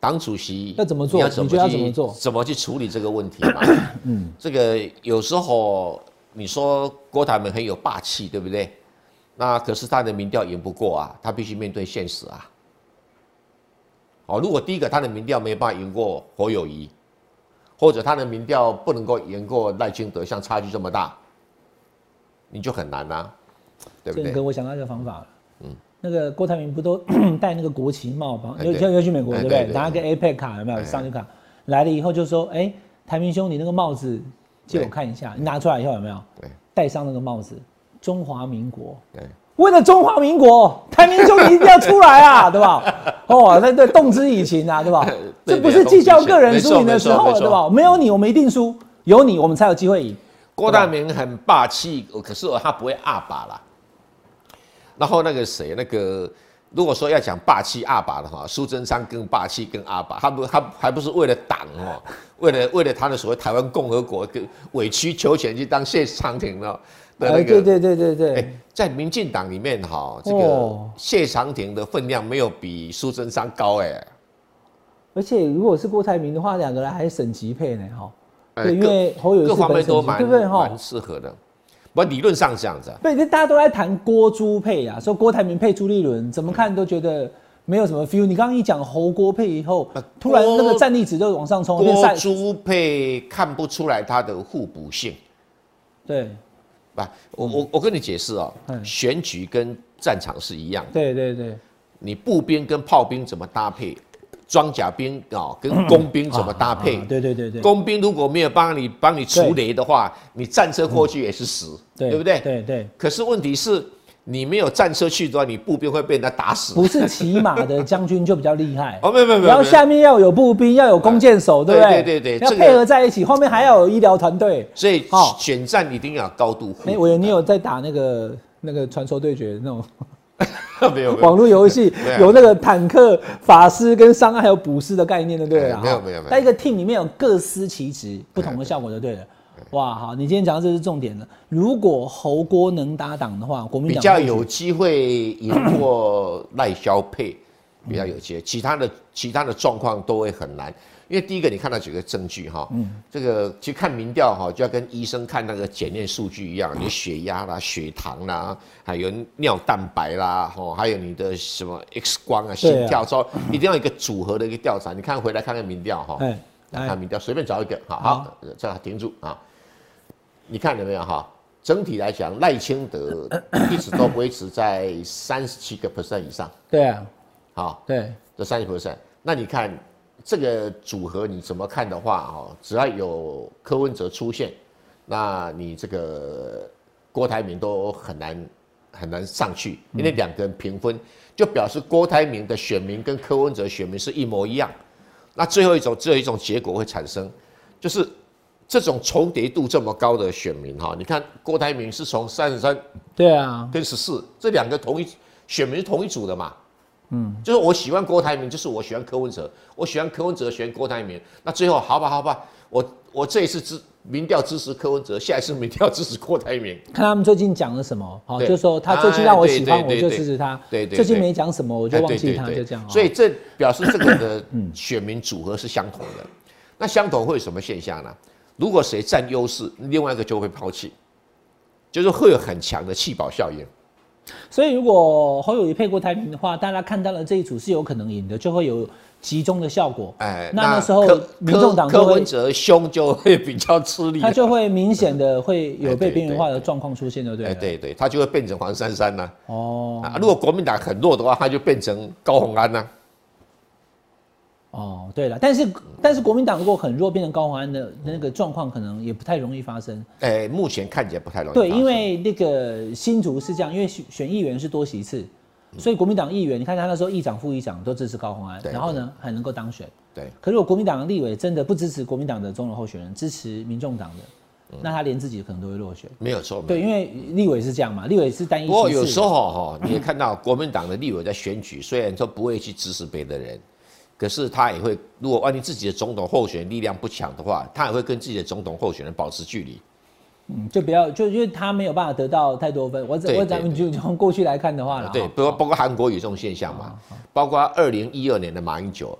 Speaker 3: 党主席
Speaker 2: 要怎么做
Speaker 3: 你要怎
Speaker 2: 你
Speaker 3: 么
Speaker 2: 觉
Speaker 3: 去
Speaker 2: 得要怎么做
Speaker 3: 怎么去处理这个问题嘛？ 嗯，这个有时候你说郭台铭很有霸气，对不对？那可是他的民调赢不过啊，他必须面对现实啊。哦，如果第一个他的民调没办法赢过侯友谊，或者他的民调不能够赢过赖清德，像差距这么大，你就很难啊，对不
Speaker 2: 郑
Speaker 3: 对
Speaker 2: 源？哥，我想到一个方法了。那个郭台铭不都 戴那个国旗帽吗？
Speaker 3: 哎
Speaker 2: 尤
Speaker 3: 对
Speaker 2: 尤尤其美国
Speaker 3: 哎
Speaker 2: 对不对
Speaker 3: 对？对
Speaker 2: 拿个 APEC 卡有没有？
Speaker 3: 哎
Speaker 2: 商业卡来了以后就说：“哎，台铭兄，你那个帽子借我
Speaker 3: 对
Speaker 2: 看一下。”你拿出来以后有没有？
Speaker 3: 对
Speaker 2: 戴上那个帽子，中华民国。
Speaker 3: 对。
Speaker 2: 为了中华民国，台铭兄你一定要出来 啊，对吧？哦，那对动之以情啊，对吧？
Speaker 3: 对
Speaker 2: 这不是计较个人输赢的时候
Speaker 3: 没
Speaker 2: 了，
Speaker 3: 错
Speaker 2: 对吧？没有你我们一定输，有你我们才有机会赢。
Speaker 3: 郭台铭很霸气，可是他不会阿爸啦。然后那个谁，那个如果说要讲霸气阿爸的话，苏贞昌更霸气更阿爸，他不他还不是为了党哦，为了为了他的所谓台湾共和国跟委曲求全去当谢长廷了的那个。
Speaker 2: 哎对对对对
Speaker 3: 哎、
Speaker 2: 对。
Speaker 3: 在民进党里面哈，这个
Speaker 2: 哦
Speaker 3: 谢长廷的分量没有比苏贞昌高哎、
Speaker 2: 而且如果是郭台铭的话，两个人还省级配呢，哈、
Speaker 3: 哎
Speaker 2: 对，因为侯友谊
Speaker 3: 各
Speaker 2: 是
Speaker 3: 方
Speaker 2: 本
Speaker 3: 面
Speaker 2: 省
Speaker 3: 都
Speaker 2: 级，
Speaker 3: 蛮
Speaker 2: 对不对哈
Speaker 3: 蛮？适合的。不，理论上是这样子、啊。
Speaker 2: 对，这大家都在谈郭朱配啊，说郭台铭配朱立伦，怎么看都觉得没有什么 feel。你刚刚一讲侯郭配以后
Speaker 3: 那，
Speaker 2: 突然
Speaker 3: 郭
Speaker 2: 那个战力值就往上冲，变
Speaker 3: 啊郭
Speaker 2: 赛
Speaker 3: 朱配看不出来他的互补性
Speaker 2: 对
Speaker 3: 吧？我我我跟你解释哦
Speaker 2: 嗯，
Speaker 3: 选举跟战场是一样的，
Speaker 2: 对对对，
Speaker 3: 你步兵跟炮兵怎么搭配，装甲兵啊、哦、跟工兵怎么搭配
Speaker 2: 嗯啊？对对对对，
Speaker 3: 工兵如果没有帮你帮你除雷的话，你战车过去也是死，对不对？
Speaker 2: 对对，
Speaker 3: 可是问题是，你没有战车去的话，你步兵会被人家打死。。
Speaker 2: 不是骑马的将军就比较厉害
Speaker 3: 哦，没有没有没
Speaker 2: 然后
Speaker 3: 有没有，
Speaker 2: 下面要有步兵，要有弓箭手，对不对？
Speaker 3: 对对对对
Speaker 2: 要
Speaker 3: 这个
Speaker 2: 配合在一起，后面还要有医疗团 队。
Speaker 3: 所以
Speaker 2: 哦
Speaker 3: 选战一定要有高度互
Speaker 2: 哎、
Speaker 3: 补。
Speaker 2: 我有你有在打那个那个传说对决那种
Speaker 3: 没有没
Speaker 2: 网
Speaker 3: 有，
Speaker 2: 络游 戏
Speaker 3: 没有
Speaker 2: 有那个坦克、法师跟伤害还有捕师的概念的，对了啦。
Speaker 3: 哎没有
Speaker 2: 哈
Speaker 3: 没有没有
Speaker 2: 在一个 team 里面有各司其职，不同的效果就对了。哇，好，你今天讲到这是重点了。如果侯郭能搭档的话，国民
Speaker 3: 比
Speaker 2: 党
Speaker 3: 较
Speaker 2: 或许
Speaker 3: 有机会赢 过赖萧佩，比较有机会，其他的其他的状况都会很难。因为第一个，你看到几个证据哈，
Speaker 2: 嗯
Speaker 3: 这个其实看民调哈，就要跟医生看那个检验数据一样，你血压啦、血糖啦，还有尿蛋白啦，哦，还有你的什么 X 光啊、心跳超，一定要一个组合的一个调查。你看回来看看民调哈，
Speaker 2: 哎，
Speaker 3: 来
Speaker 2: 来
Speaker 3: 看民调，随便找一个，好
Speaker 2: 好
Speaker 3: 好，这样停住啊。你看了没有哈？整体来讲，赖清德一直都维持在三十七个 percent 以上，
Speaker 2: 对啊，
Speaker 3: 好，
Speaker 2: 对，
Speaker 3: 这三十 percent。那你看这个组合你怎么看的话，哦，只要有柯文哲出现，那你这个郭台铭都很难很难上去，因为两个人平分，就表示郭台铭的选民跟柯文哲选民是一模一样。那最后一种只有一种结果会产生，就是这种重叠度这么高的选民哈，你看郭台铭是从三十三
Speaker 2: 对啊，
Speaker 3: 跟十四这两个同一选民是同一组的嘛，嗯，就是我喜欢郭台铭，就是我喜欢柯文哲，我喜欢柯文哲，喜欢郭台铭，那最后好吧好吧，我我这一次支民调支持柯文哲，下一次民调支持郭台铭，
Speaker 2: 看他们最近讲了什么，好，
Speaker 3: 对
Speaker 2: 就说他最近让我喜欢，
Speaker 3: 哎
Speaker 2: 我
Speaker 3: 对对
Speaker 2: 就
Speaker 3: 对
Speaker 2: 支持他。
Speaker 3: 对对对
Speaker 2: 最近没讲什么，我就
Speaker 3: 哎
Speaker 2: 忘
Speaker 3: 对
Speaker 2: 记
Speaker 3: 对
Speaker 2: 他，
Speaker 3: 对，
Speaker 2: 就这样。嗯
Speaker 3: 所
Speaker 2: 哦
Speaker 3: 以这表示这个的嗯选民组合是相同的。那相同会有什么现象呢？如果谁占优势，另外一个就会抛弃，就是会有很强的弃保效应。
Speaker 2: 所以如果侯友谊配过台铭的话，大家看到了这一组是有可能赢的，就会有集中的效果。
Speaker 3: 哎，
Speaker 2: 那那时候
Speaker 3: 柯
Speaker 2: 民众党
Speaker 3: 柯
Speaker 2: 就
Speaker 3: 柯
Speaker 2: 会
Speaker 3: 文哲凶就会比较吃力了，啊
Speaker 2: 他就会明显的会有
Speaker 3: 哎
Speaker 2: 被
Speaker 3: 对
Speaker 2: 边缘化
Speaker 3: 对
Speaker 2: 的
Speaker 3: 对
Speaker 2: 状况出现，对不对
Speaker 3: 哎，
Speaker 2: 了？
Speaker 3: 对对，他就会变成黄珊珊呐、
Speaker 2: 哦
Speaker 3: 啊。如果国民党很弱的话，他就变成高鸿安呐、
Speaker 2: 哦，对了，但是但是国民党如果很弱，变成高虹安的那个状况，可能也不太容易发生。
Speaker 3: 哎，目前看起来不太容易发
Speaker 2: 对，
Speaker 3: 生。
Speaker 2: 因为那个新竹是这样，因为选选议员是多席次，所以国民党议员，你看他那时候议长、副议长都支持高虹安，
Speaker 3: 对
Speaker 2: 然后呢还能够当选。
Speaker 3: 对
Speaker 2: 可是如果国民党的立委真的不支持国民党的总统候选人，支持民众党
Speaker 3: 嗯
Speaker 2: 的，那他连自己可能都会落选。
Speaker 3: 没有错。没有错
Speaker 2: 对，因为立委是这样嘛，立委是单一席
Speaker 3: 不
Speaker 2: 次。
Speaker 3: 过有时候哈，你也看到国民党的立委在选举，虽然说不会去支持别的人，可是他也会，如果万一自己的总统候选人力量不强的话，他也会跟自己的总统候选人保持距离。
Speaker 2: 嗯就不要就因为他没有办法得到太多分。我只
Speaker 3: 对
Speaker 2: 我
Speaker 3: 对
Speaker 2: 咱们就从过去来看的话啦，
Speaker 3: 对，
Speaker 2: 哈
Speaker 3: 包括包括韩国有这种现象嘛，包括二零一二年的马英九，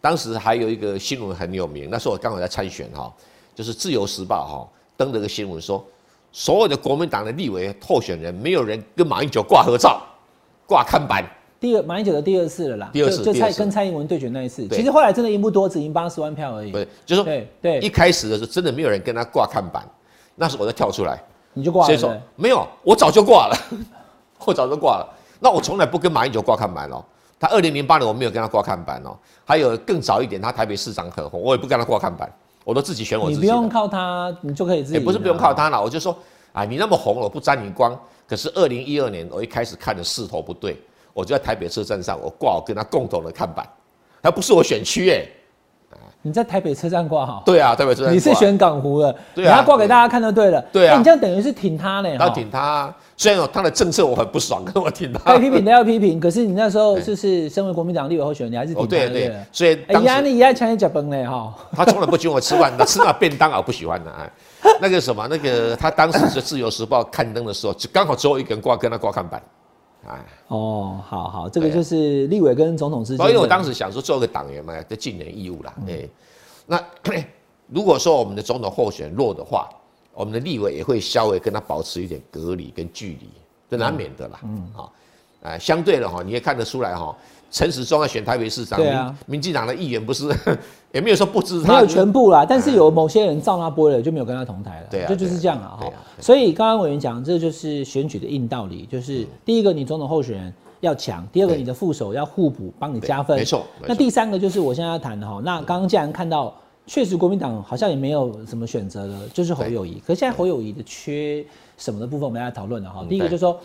Speaker 3: 当时还有一个新闻很有名，那时候我刚好在参选哈，就是《自由时报》哈登了个新闻说，所有的国民党的立委候选人，没有人跟马英九挂合照、挂看板，
Speaker 2: 第二马英九的第二次了啦，
Speaker 3: 第二次
Speaker 2: 就就
Speaker 3: 第二
Speaker 2: 蔡
Speaker 3: 次
Speaker 2: 跟蔡英文对决那一次，
Speaker 3: 对
Speaker 2: 其实后来真的赢不多，只赢八十万票而已
Speaker 3: 不。是，就是说
Speaker 2: 对对
Speaker 3: 一，开始的时候真的没有人跟他挂看板，那时候我就跳出来，
Speaker 2: 你就挂
Speaker 3: 所以
Speaker 2: 了。
Speaker 3: 说
Speaker 2: 对
Speaker 3: 没有，我早就挂了， 我早就挂了。那我从来不跟马英九挂看板哦。他二零零八年我没有跟他挂看板哦。还有更早一点，他台北市长很红，我也不跟他挂看板，我都自己选我
Speaker 2: 你
Speaker 3: 自
Speaker 2: 不
Speaker 3: 己
Speaker 2: 用
Speaker 3: 的。
Speaker 2: 靠他，你就可以自己啊
Speaker 3: 也
Speaker 2: 赢了。
Speaker 3: 不是不用靠他了，我就说啊，你那么红了，我不沾你光。可是二零一二年我一开始看的势头不对，我就在台北车站上我挂我跟他共同的看板，还不是我选区哎、
Speaker 2: 你在台北车站挂好，
Speaker 3: 对啊，台北车站
Speaker 2: 你是
Speaker 3: 挂
Speaker 2: 选港湖的，
Speaker 3: 对
Speaker 2: 你
Speaker 3: 啊
Speaker 2: 要挂给大家看就对了。哎
Speaker 3: 对啊
Speaker 2: 那你这样等于是挺他呢。
Speaker 3: 他
Speaker 2: 哈
Speaker 3: 挺他啊，虽然有他的政策我很不爽，可是我挺他
Speaker 2: 该。批评的要批评，可是你那时候就是身为国民党立委候选人，你还是挺
Speaker 3: 哦，
Speaker 2: 他的
Speaker 3: 对
Speaker 2: 对
Speaker 3: 对
Speaker 2: 了。，
Speaker 3: 所以
Speaker 2: 哎
Speaker 3: 当
Speaker 2: 呀，
Speaker 3: 时
Speaker 2: 你也抢你脚崩嘞哈！
Speaker 3: 他从来不请我吃饭，他吃那便当啊，我不喜欢的啊。那个什么，那个他当时是《自由时报》刊登的时候，就刚好只有一个人挂跟他挂看板，哎，
Speaker 2: 哦，好好，这个
Speaker 3: 对啊
Speaker 2: 就是立委跟总统之间的。
Speaker 3: 所以我当时想说，做个党员嘛，这尽人义务啦，
Speaker 2: 嗯
Speaker 3: 哎、那 如果说我们的总统候选人弱的话，我们的立委也会稍微跟他保持一点隔离跟距离，这难免的啦，嗯，好、哎相对的哈，你也看得出来哈，陈时中要选台北市长，
Speaker 2: 对啊
Speaker 3: 民民进党的议员不是 也没有说不支持
Speaker 2: 没
Speaker 3: 他，
Speaker 2: 有全部啦，但是有某些人照那波了，就没有跟他同台了。
Speaker 3: 对啊
Speaker 2: 这就是这样啊。
Speaker 3: 对
Speaker 2: 哈
Speaker 3: 啊对啊
Speaker 2: 所以刚刚委员讲，这就是选举的硬道理，就是第一个，你总统候选人要强；第二个，
Speaker 3: 对
Speaker 2: 你的副手要互补，帮你加分。
Speaker 3: 对没错没错
Speaker 2: 那第三个就是我现在要谈的哈，那刚刚既然看到。确实，国民党好像也没有什么选择了，就是侯友谊。可是现在侯友谊的缺什么的部分，我们来讨论了哈。第一个
Speaker 3: 嗯对
Speaker 2: 就是说，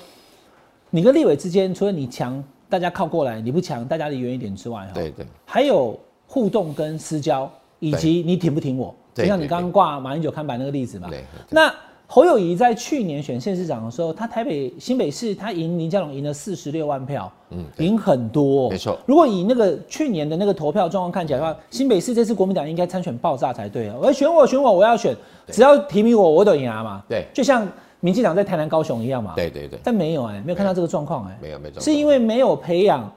Speaker 2: 你跟立委之间，除了你强，大家靠过来；你不强，大家离远一点之外，哈，
Speaker 3: 对对
Speaker 2: 还有互动跟私交，以及你挺不挺我。就
Speaker 3: 对
Speaker 2: 像你
Speaker 3: 对
Speaker 2: 刚刚
Speaker 3: 对
Speaker 2: 挂马英九看板那个例子嘛
Speaker 3: 对对。
Speaker 2: 那侯友谊在去年选县市长的时候，他台北新北市他赢林佳龙赢了四十六万票，嗯，赢很多哦、
Speaker 3: 没错嗯
Speaker 2: 如果以那个去年的那个投票状况看起来的话，新北市这次国民党应该参选爆炸才对啊！我要选我选我，我要选，只要提名我，我都赢啊嘛。
Speaker 3: 对
Speaker 2: 就像民进党在台南、高雄一样嘛。
Speaker 3: 对对对，
Speaker 2: 但没有哎、没有看到这个状况哎，
Speaker 3: 没有没有这种
Speaker 2: 是因
Speaker 3: 状
Speaker 2: 为没有培养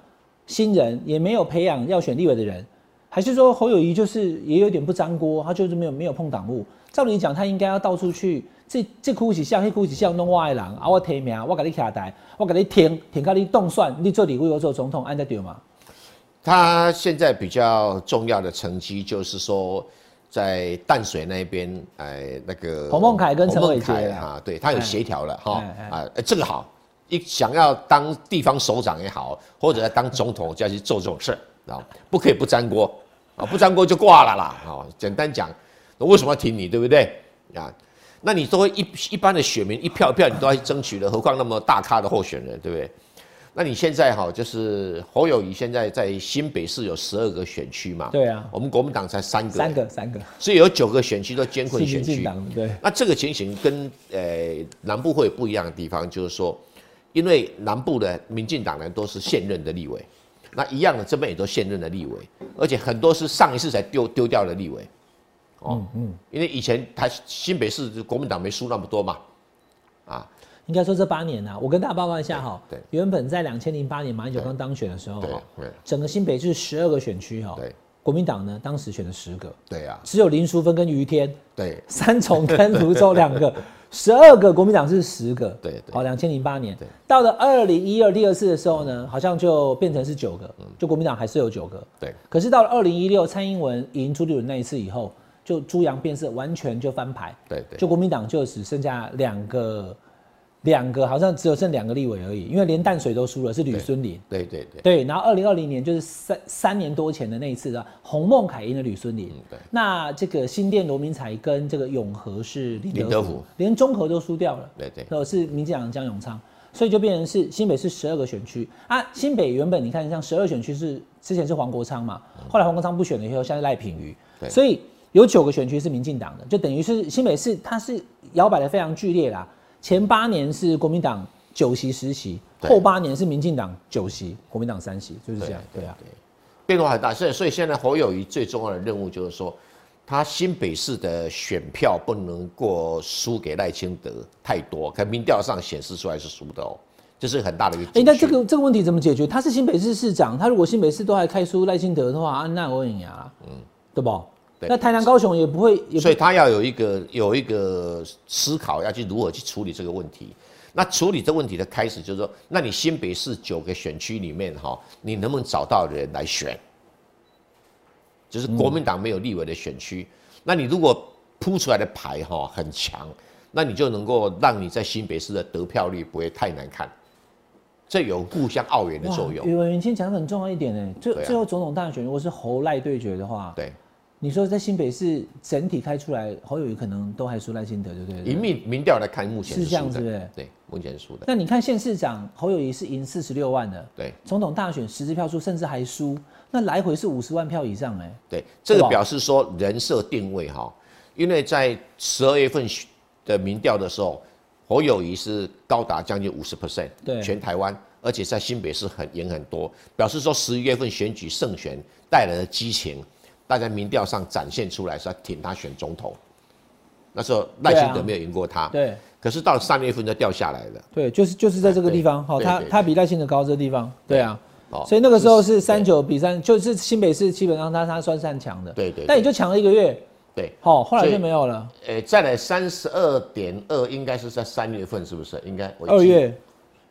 Speaker 2: 新人，也没有培养要选立委的人，还是说侯友谊就是也有点不粘锅，他就是没有没有碰党务。照理讲，他应该要到处去，这这哭几下，那哭几下，弄我的人啊，我提名，我给你卡台，我给你停停到你动算，你做礼物又做总统，按得对吗？
Speaker 3: 他现在比较重要的成绩就是说，在淡水那边，哎，那个
Speaker 2: 彭孟凯跟陈伟
Speaker 3: 彭孟凯
Speaker 2: 杰啊
Speaker 3: 啊，对他有协调了哈
Speaker 2: 哎哎
Speaker 3: 啊，哎这个好，一想要当地方首长也好，或者要当总统就要去做这种事儿啊，不可以不沾锅啊，不沾锅就挂了啦啊。简单讲，我为什么要挺你，对不对啊？那你都会一一般的选民一票一票你都要去争取了，何况那么大咖的候选人，对不对？那你现在哈，就是侯友谊现在在新北市有十二个选区嘛？
Speaker 2: 对啊
Speaker 3: 我们国民党才三个，
Speaker 2: 三，个三个
Speaker 3: 所以有九个选区都艰
Speaker 2: 是
Speaker 3: 困
Speaker 2: 民
Speaker 3: 选
Speaker 2: 进
Speaker 3: 区。
Speaker 2: 党的对。
Speaker 3: 那这个情形跟呃南部会有不一样的地方，就是说，因为南部的民进党人都是现任的立委，那一样的这边也都现任的立委，而且很多是上一次才丢丢掉的立委。哦，嗯，因为以前他新北市国民党没输那么多嘛，啊，
Speaker 2: 应该说这八年啊，我跟大家报告一下哈
Speaker 3: 对对，
Speaker 2: 原本在两千零八年马英九刚当选的时候
Speaker 3: 对
Speaker 2: 哈
Speaker 3: 对，
Speaker 2: 整个新北市十二个选区哈
Speaker 3: 对，
Speaker 2: 国民党呢当时选了十个，
Speaker 3: 对啊，
Speaker 2: 只有林淑芬跟于天、
Speaker 3: 对
Speaker 2: 三重跟泸州两个，十二个国民党是十个，
Speaker 3: 对对
Speaker 2: 好，两千零八年
Speaker 3: 对，
Speaker 2: 到了二零一二第二次的时候呢，好像就变成是九个，
Speaker 3: 嗯
Speaker 2: 就国民党还是有九个，
Speaker 3: 对
Speaker 2: 可是到了二零一六蔡英文赢朱立伦那一次以后，就朱杨变色，完全就翻牌，
Speaker 3: 对对
Speaker 2: 就国民党就只剩下两个，两个好像只有剩两个立委而已，因为连淡水都输了，是吕孙林。
Speaker 3: 对对对，
Speaker 2: 对，然后二零二零年就是三三年多前的那一次的洪孟凯赢了吕孙林、
Speaker 3: 对
Speaker 2: 那这个新店罗明才跟这个永和是林德
Speaker 3: 林
Speaker 2: 福，
Speaker 3: 德福
Speaker 2: 连中和都输掉了，
Speaker 3: 对对
Speaker 2: 然后是民进党的江永昌，所以就变成是新北是十二个选区啊，新北原本你看像十二选区是之前是黄国昌嘛，后来黄国昌不选了以后，现在赖品妤，
Speaker 3: 嗯对
Speaker 2: 所以有九个选区是民进党的，就等于是新北市它是摇摆的非常剧烈啦，前八年是国民党九席十席，
Speaker 3: 对
Speaker 2: 后八年是民进党九席，国民党三席，就是这样，对啊，
Speaker 3: 变化很大。所以，所以现在侯友谊最重要的任务就是说，他新北市的选票不能过输给赖清德太多，可民调上显示出来是输的哦，这是很大的一个。
Speaker 2: 哎、那这个这个问题怎么解决？他是新北市市长，他如果新北市都还开出赖清德的话，啊、那我赢呀，嗯，对不？
Speaker 3: 对
Speaker 2: 那台南、高雄也不会，也不
Speaker 3: 所以他要有一个有一个思考，要去如何去处理这个问题。那处理这问题的开始就是说，那你新北市九个选区里面哈，你能不能找到人来选？就是
Speaker 2: 嗯
Speaker 3: 国民党没有立委的选区，那你如果铺出来的牌哈很强，那你就能够让你在新北市的得票率不会太难看，这有互相澳援的
Speaker 2: 哇
Speaker 3: 作用。
Speaker 2: 宇文元清讲得很重要一点呢，最、
Speaker 3: 对啊
Speaker 2: 最后总统大选如果是侯赖对决的话，
Speaker 3: 对，
Speaker 2: 你说在新北市整体开出来，侯友谊可能都还输赖清德，对不对？
Speaker 3: 以民民调来看，目前
Speaker 2: 是
Speaker 3: 是
Speaker 2: 这样
Speaker 3: 输
Speaker 2: 子对不对
Speaker 3: 的，对，目前是输的，
Speaker 2: 那你看县市长侯友谊是赢四十六万的，
Speaker 3: 对。
Speaker 2: 总统大选实质票数甚至还输，那来回是五十万票以上哎，
Speaker 3: 对，这
Speaker 2: 对
Speaker 3: 个
Speaker 2: 吧
Speaker 3: 表示说人设定位哈，因为在十二月份的民调的时候，侯友谊是高达将近五十 percent，
Speaker 2: 对
Speaker 3: 全台湾，而且在新北市很赢很多，表示说十一月份选举胜选带来的激情，大家民调上展现出来是要挺他选总统。那时候赖清
Speaker 2: 对啊
Speaker 3: 德没有赢过他，
Speaker 2: 对
Speaker 3: 可是到了三月份就掉下来了。
Speaker 2: 对，就是就是在这个
Speaker 3: 哎对
Speaker 2: 地方，好、
Speaker 3: 对
Speaker 2: 他
Speaker 3: 对对
Speaker 2: 他比赖清德高这个地方，对啊。
Speaker 3: 哦
Speaker 2: 所以那个时候是
Speaker 3: 对
Speaker 2: 三九比三，就是新北市基本上他他算算强的，
Speaker 3: 对对对
Speaker 2: 但也就强了一个月，
Speaker 3: 对，
Speaker 2: 好、后来
Speaker 3: 所
Speaker 2: 就
Speaker 3: 以
Speaker 2: 没有了。
Speaker 3: 诶、再来三十二点二，应该是在三月份，是不是？应该我
Speaker 2: 二
Speaker 3: 记
Speaker 2: 月，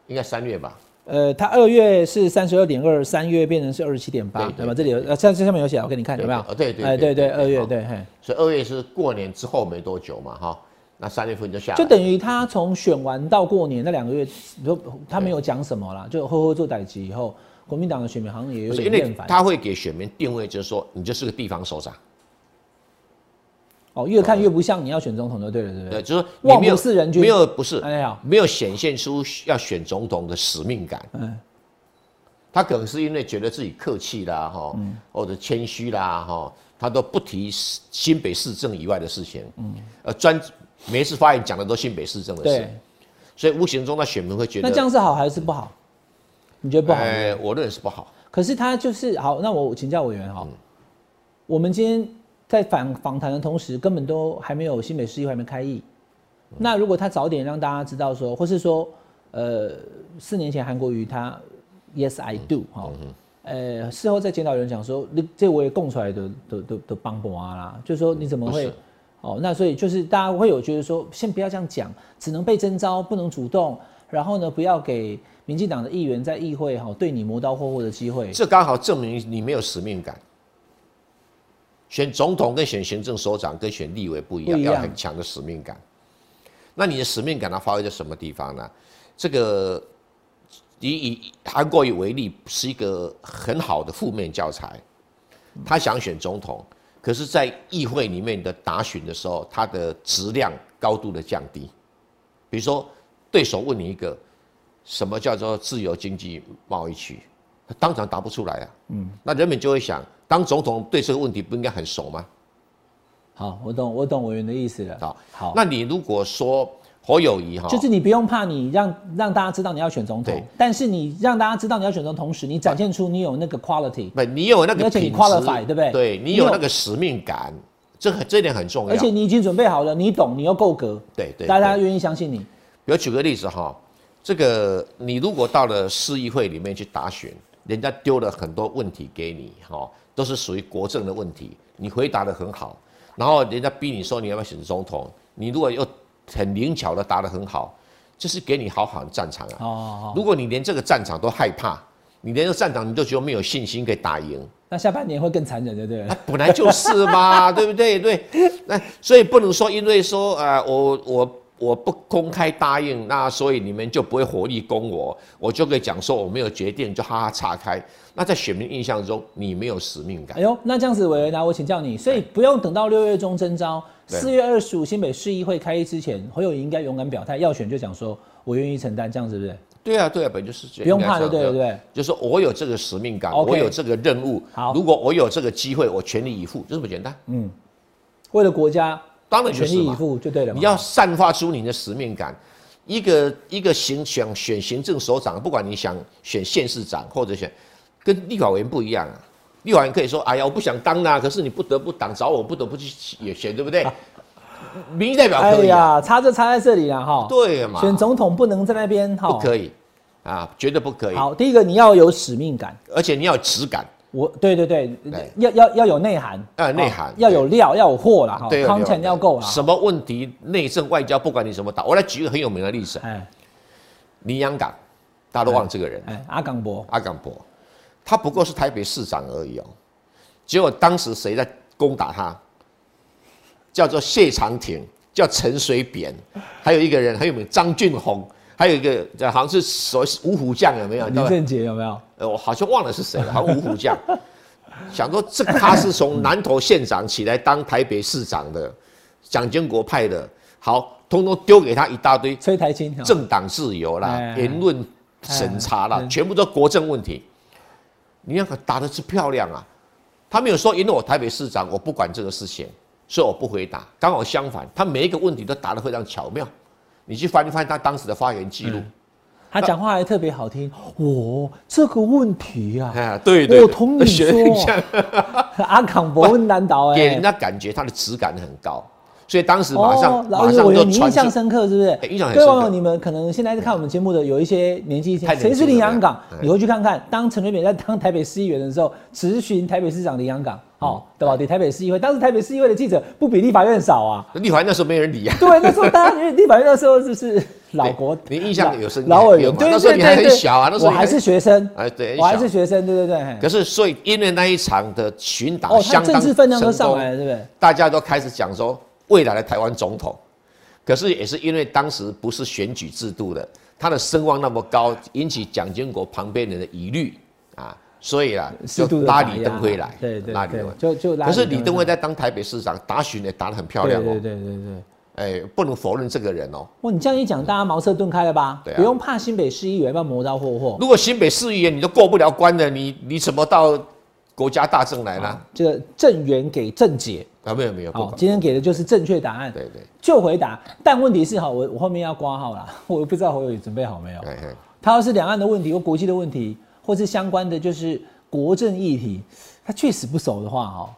Speaker 3: 应该三月吧？
Speaker 2: 呃，他二月是三十二点二，三月变成是二十七点八
Speaker 3: 对，对
Speaker 2: 对吧？这里有呃，像这上面有写，我给你看有没有？
Speaker 3: 对哦对对
Speaker 2: 哎，对
Speaker 3: 对
Speaker 2: 对，
Speaker 3: 对
Speaker 2: 二月
Speaker 3: 好啊
Speaker 2: 对，嘿，
Speaker 3: 所以二月是过年之后没多久嘛，哈，那三月份就下来了，
Speaker 2: 就等于他从选完到过年那两个月，你说他没有讲什么啦，就呵呵做代级以后，国民党的选民好像也有
Speaker 3: 不是
Speaker 2: 点
Speaker 3: 因为
Speaker 2: 厌烦。
Speaker 3: 他会给选民定位，就是说你就是个地方首长，
Speaker 2: 哦，越看越不像你要选总统就对了，对不
Speaker 3: 对，
Speaker 2: 对？
Speaker 3: 就是说你没
Speaker 2: 望
Speaker 3: 有
Speaker 2: 不是人君
Speaker 3: 没有不是
Speaker 2: 哎呀，
Speaker 3: 没有显现出要选总统的使命感。
Speaker 2: 嗯
Speaker 3: 他可能是因为觉得自己客气啦，哈，或者谦虚啦，哈，他都不提新北市政以外的事情，嗯，呃，专每一次发言讲的都新北市政的事
Speaker 2: 嗯对，，
Speaker 3: 所以无形中那选民会觉得，
Speaker 2: 那这样是好还是不好？你觉得不好？
Speaker 3: 哎我认为是不好。
Speaker 2: 可是他就是好，那我请教委员哈、我们今天在访访谈的同时，根本都还没有新北市议会还没开议。那如果他早点让大家知道说，或是说，呃，四年前韩国瑜他 Yes I do 哈、
Speaker 3: 嗯
Speaker 2: 呃，事后在检讨有人讲说，你这我也供出来的的的的帮帮啊啦，就是说你怎么
Speaker 3: 嗯不
Speaker 2: 会
Speaker 3: 是？
Speaker 2: 哦，那所以就是大家会有觉得说，先不要这样讲，只能被征召，不能主动。然后呢，不要给民进党的议员在议会哈、对你磨刀霍霍的机会。
Speaker 3: 这刚好证明你没有使命感。选总统跟选行政首长跟选立委不一样，
Speaker 2: 不一样
Speaker 3: 要很强的使命感。那你的使命感它发挥在什么地方呢？这个以以韩国瑜为例，是一个很好的负面教材。他想选总统，可是，在议会里面的答询的时候，他的质量高度的降低。比如说，对手问你一个什么叫做自由经济贸易区，他当场答不出来啊。嗯，那人们就会想，当总统对这个问题不应该很熟吗？
Speaker 2: 好，我懂，我懂委员的意思了。
Speaker 3: 好，
Speaker 2: 好，
Speaker 3: 那你如果说侯友谊哈，
Speaker 2: 哦就是你不用怕，你让让大家知道你要选总统
Speaker 3: 对，
Speaker 2: 但是你让大家知道你要选总统同时，你展现出你有那个 quality，
Speaker 3: 不，你有那个
Speaker 2: 而且你
Speaker 3: 品质
Speaker 2: qualify，对不对
Speaker 3: 对
Speaker 2: 你
Speaker 3: 你有
Speaker 2: 有
Speaker 3: 那个使命感，这很这一点很重要。
Speaker 2: 而且你已经准备好了，你懂，你又够格，
Speaker 3: 对对
Speaker 2: 大家
Speaker 3: 对
Speaker 2: 愿意相信你。
Speaker 3: 比如举个例子哈，这个你如果到了市议会里面去答询，人家丢了很多问题给你哈，都是属于国政的问题，你回答的很好，然后人家逼你说你要不要选总统，你如果又很灵巧的答得很好，这是给你好好的战场啊。
Speaker 2: 哦，
Speaker 3: 如果你连这个战场都害怕，你连这个战场你都觉得没有信心可以打赢，
Speaker 2: 那下半年会更残忍，对不 对了？
Speaker 3: 啊本来就是嘛， 对不对？对，那所以不能说因为说呃，我我我不公开答应，那所以你们就不会火力攻我，我就可以讲说我没有决定，就哈哈岔开。那在选民印象中，你没有使命感
Speaker 2: 哎。呦，那这样子，委员啊，我请教你，所以不用等到六月中征召，
Speaker 3: 对
Speaker 2: 四月二十五新北市议会开议之前，侯友宜应该勇敢表态，要选就讲说我愿意承担，这样是不是？
Speaker 3: 对啊，对啊，本来就是这
Speaker 2: 不用怕
Speaker 3: 应该
Speaker 2: 就
Speaker 3: 这
Speaker 2: 对
Speaker 3: 样
Speaker 2: 了，对不对？
Speaker 3: 就是我有这个使命感
Speaker 2: OK
Speaker 3: 我有这个任务。
Speaker 2: 好
Speaker 3: 如果我有这个机会，我全力以赴，就这么简单。
Speaker 2: 为了国家，
Speaker 3: 当然就
Speaker 2: 全
Speaker 3: 是
Speaker 2: 力以
Speaker 3: 嘛。
Speaker 2: 赴就对了嘛。
Speaker 3: 你要散发出你的使命感。一个一个行想选行政首长，不管你想选县市长或者选，跟立法委员不一样啊。立法委员可以说：“哎呀，我不想当啦、可是你不得不党找我，不得不去也选，对不 对？”民意代表
Speaker 2: 哎
Speaker 3: 可以、啊，
Speaker 2: 呀，差就差在这里了哈。
Speaker 3: 对嘛？
Speaker 2: 选总统不能在那边哈。
Speaker 3: 啊不可以啊，绝对不可以。
Speaker 2: 好，第一个你要有使命感，
Speaker 3: 而且你要有质感，
Speaker 2: 我对对对
Speaker 3: 对，
Speaker 2: 要要要有内涵，
Speaker 3: 呃内
Speaker 2: 哦
Speaker 3: 涵
Speaker 2: 要有料，要有货啦哈
Speaker 3: 对
Speaker 2: ，content 要够啦。
Speaker 3: 什么问题，内政外交，不管你什么党，我来举一个很有名的例子：
Speaker 2: 哎
Speaker 3: 林洋港，大家都忘了这个人。
Speaker 2: 哎，阿港博
Speaker 3: 阿港伯，他不过是台北市长而已哦。结果当时谁在攻打他？叫做谢长廷，叫陈水扁，还有一个人很有名，张俊宏，还有一个这好像是所谓是五虎将有没有？
Speaker 2: 林
Speaker 3: 对吧
Speaker 2: 正杰有没有？
Speaker 3: 呃，我好像忘了是谁了，好像五虎将。 想说这他是从南投县长起来当台北市长的，蒋经国派的，好，通通丢给他一大堆
Speaker 2: 崔台清，哦
Speaker 3: 政党自由啦
Speaker 2: 哎、
Speaker 3: 言论审查啦
Speaker 2: 哎，
Speaker 3: 全部都国政问题。你那个打的是漂亮啊！他没有说，因为我台北市长，我不管这个事情，所以我不回答。刚好相反，他每一个问题都答得非常巧妙。你去翻一翻他当时的发言记
Speaker 2: 嗯
Speaker 3: 录，
Speaker 2: 他讲话还特别好听。我这个问题啊，
Speaker 3: 哎，对对，
Speaker 2: 我
Speaker 3: 对
Speaker 2: 同你
Speaker 3: 学得很像
Speaker 2: 说， 阿港博很难倒
Speaker 3: 给人
Speaker 2: 哎。哦
Speaker 3: 家感觉他的质感很高，所以当时马上、马上
Speaker 2: 委
Speaker 3: 就
Speaker 2: 员，你印
Speaker 3: 传
Speaker 2: 象
Speaker 3: 出。
Speaker 2: 深刻是不
Speaker 3: 哎
Speaker 2: 是？
Speaker 3: 印象很
Speaker 2: 各位
Speaker 3: 深
Speaker 2: 网友，
Speaker 3: 刻
Speaker 2: 你们可能现在在看我们节目的有一些年纪
Speaker 3: 太年
Speaker 2: 谁
Speaker 3: 轻了哎
Speaker 2: 是林洋港
Speaker 3: 对？
Speaker 2: 你回去看看，当陈水扁在当台北市议员的时候，咨询台北市长林洋
Speaker 3: 嗯
Speaker 2: 港，哦，对吧？对台北市议会，当时台北市议会的记者不比立法院少啊。
Speaker 3: 立环那时候没人理啊，
Speaker 2: 对，那时候大家因为立法院那时候就是老国，
Speaker 3: 对你印象有深
Speaker 2: 老老委员
Speaker 3: 有，吗
Speaker 2: 对
Speaker 3: 那时候你还很小啊
Speaker 2: 对对
Speaker 3: 那时候
Speaker 2: 我
Speaker 3: 你
Speaker 2: 还
Speaker 3: 还
Speaker 2: 是学生，
Speaker 3: 哎对很
Speaker 2: 我还
Speaker 3: 小
Speaker 2: 是学生，对对对。嘿
Speaker 3: 可是所以因为那一场的巡打
Speaker 2: 哦，他
Speaker 3: 相
Speaker 2: 政
Speaker 3: 当
Speaker 2: 治
Speaker 3: 成
Speaker 2: 分量都上
Speaker 3: 功，
Speaker 2: 来了，对不对？
Speaker 3: 大家都开始讲说未来的台湾总统，可是也是因为当时不是选举制度的，他的声望那么高，引起蒋经国旁边人的疑虑啊，所以啦，
Speaker 2: 适
Speaker 3: 就
Speaker 2: 度地
Speaker 3: 拉
Speaker 2: 打
Speaker 3: 李
Speaker 2: 压啊
Speaker 3: 登辉来，
Speaker 2: 对对
Speaker 3: 拉李登
Speaker 2: 对
Speaker 3: 辉，。
Speaker 2: 就就拉
Speaker 3: 可是李登辉
Speaker 2: 在
Speaker 3: 在当台北市长打巡也打得很漂
Speaker 2: 对
Speaker 3: 亮
Speaker 2: 对
Speaker 3: 哦，
Speaker 2: 对对对。
Speaker 3: 哎，不能否认这个人哦。
Speaker 2: 哇，你这样一讲，大家茅塞顿开了吧？
Speaker 3: 对啊
Speaker 2: 不用怕新北市议员要磨刀霍霍。
Speaker 3: 如果新北市议员你都过不了关的，你你怎么到国家大政来
Speaker 2: 啊
Speaker 3: 啦。
Speaker 2: 这个郑源给郑解，
Speaker 3: 啊，没有没有，不
Speaker 2: 好，
Speaker 3: 管。
Speaker 2: 今天给的就是正确答案，
Speaker 3: 对对，
Speaker 2: 就回答。但问题是哈，我我后面要挂号啦， 我不知道侯友宜准备好没有。
Speaker 3: 哎哎，
Speaker 2: 他要是两岸的问题或国际的问题，或是相关的就是国政议题，他确实不熟的话哦，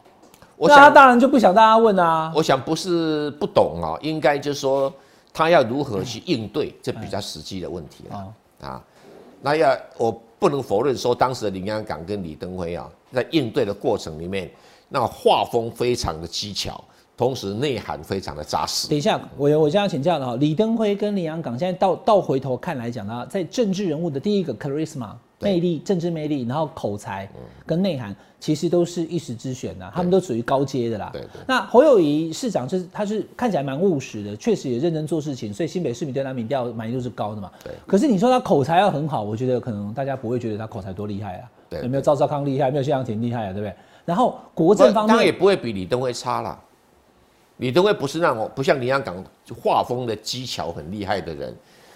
Speaker 3: 我
Speaker 2: 那他
Speaker 3: 想
Speaker 2: 当然就不想大家问啊。
Speaker 3: 我想不是不懂哦，应该就是说他要如何去应对，这比较实际的问题了
Speaker 2: 嗯哦
Speaker 3: 啊。那要我不能否认说，当时的林洋港跟李登辉啊，在应对的过程里面，那画风非常的技巧，同时内涵非常的扎实。
Speaker 2: 等一下，我有我这样请教的哈，李登辉跟林洋港现在倒倒回头看来讲呢，在政治人物的第一个 charisma
Speaker 3: 对
Speaker 2: 魅力、政治魅力，然后口才跟内涵，其实都是一时之选呐、他们都属于高阶的啦。
Speaker 3: 对对
Speaker 2: 那侯友谊市长就是他是看起来蛮务实的，确实也认真做事情，所以新北市民对他民调满意度是高的嘛。
Speaker 3: 对
Speaker 2: 可是你说他口才要很好，我觉得可能大家不会觉得他口才多厉害啊。
Speaker 3: 对
Speaker 2: 有没有赵少康厉害？没有谢长廷厉害啊？对不对？然后国政方
Speaker 3: 当然也
Speaker 2: 面，
Speaker 3: 不会比李登辉差啦。李登辉不是那种不像林洋港画风的技巧很厉害的人，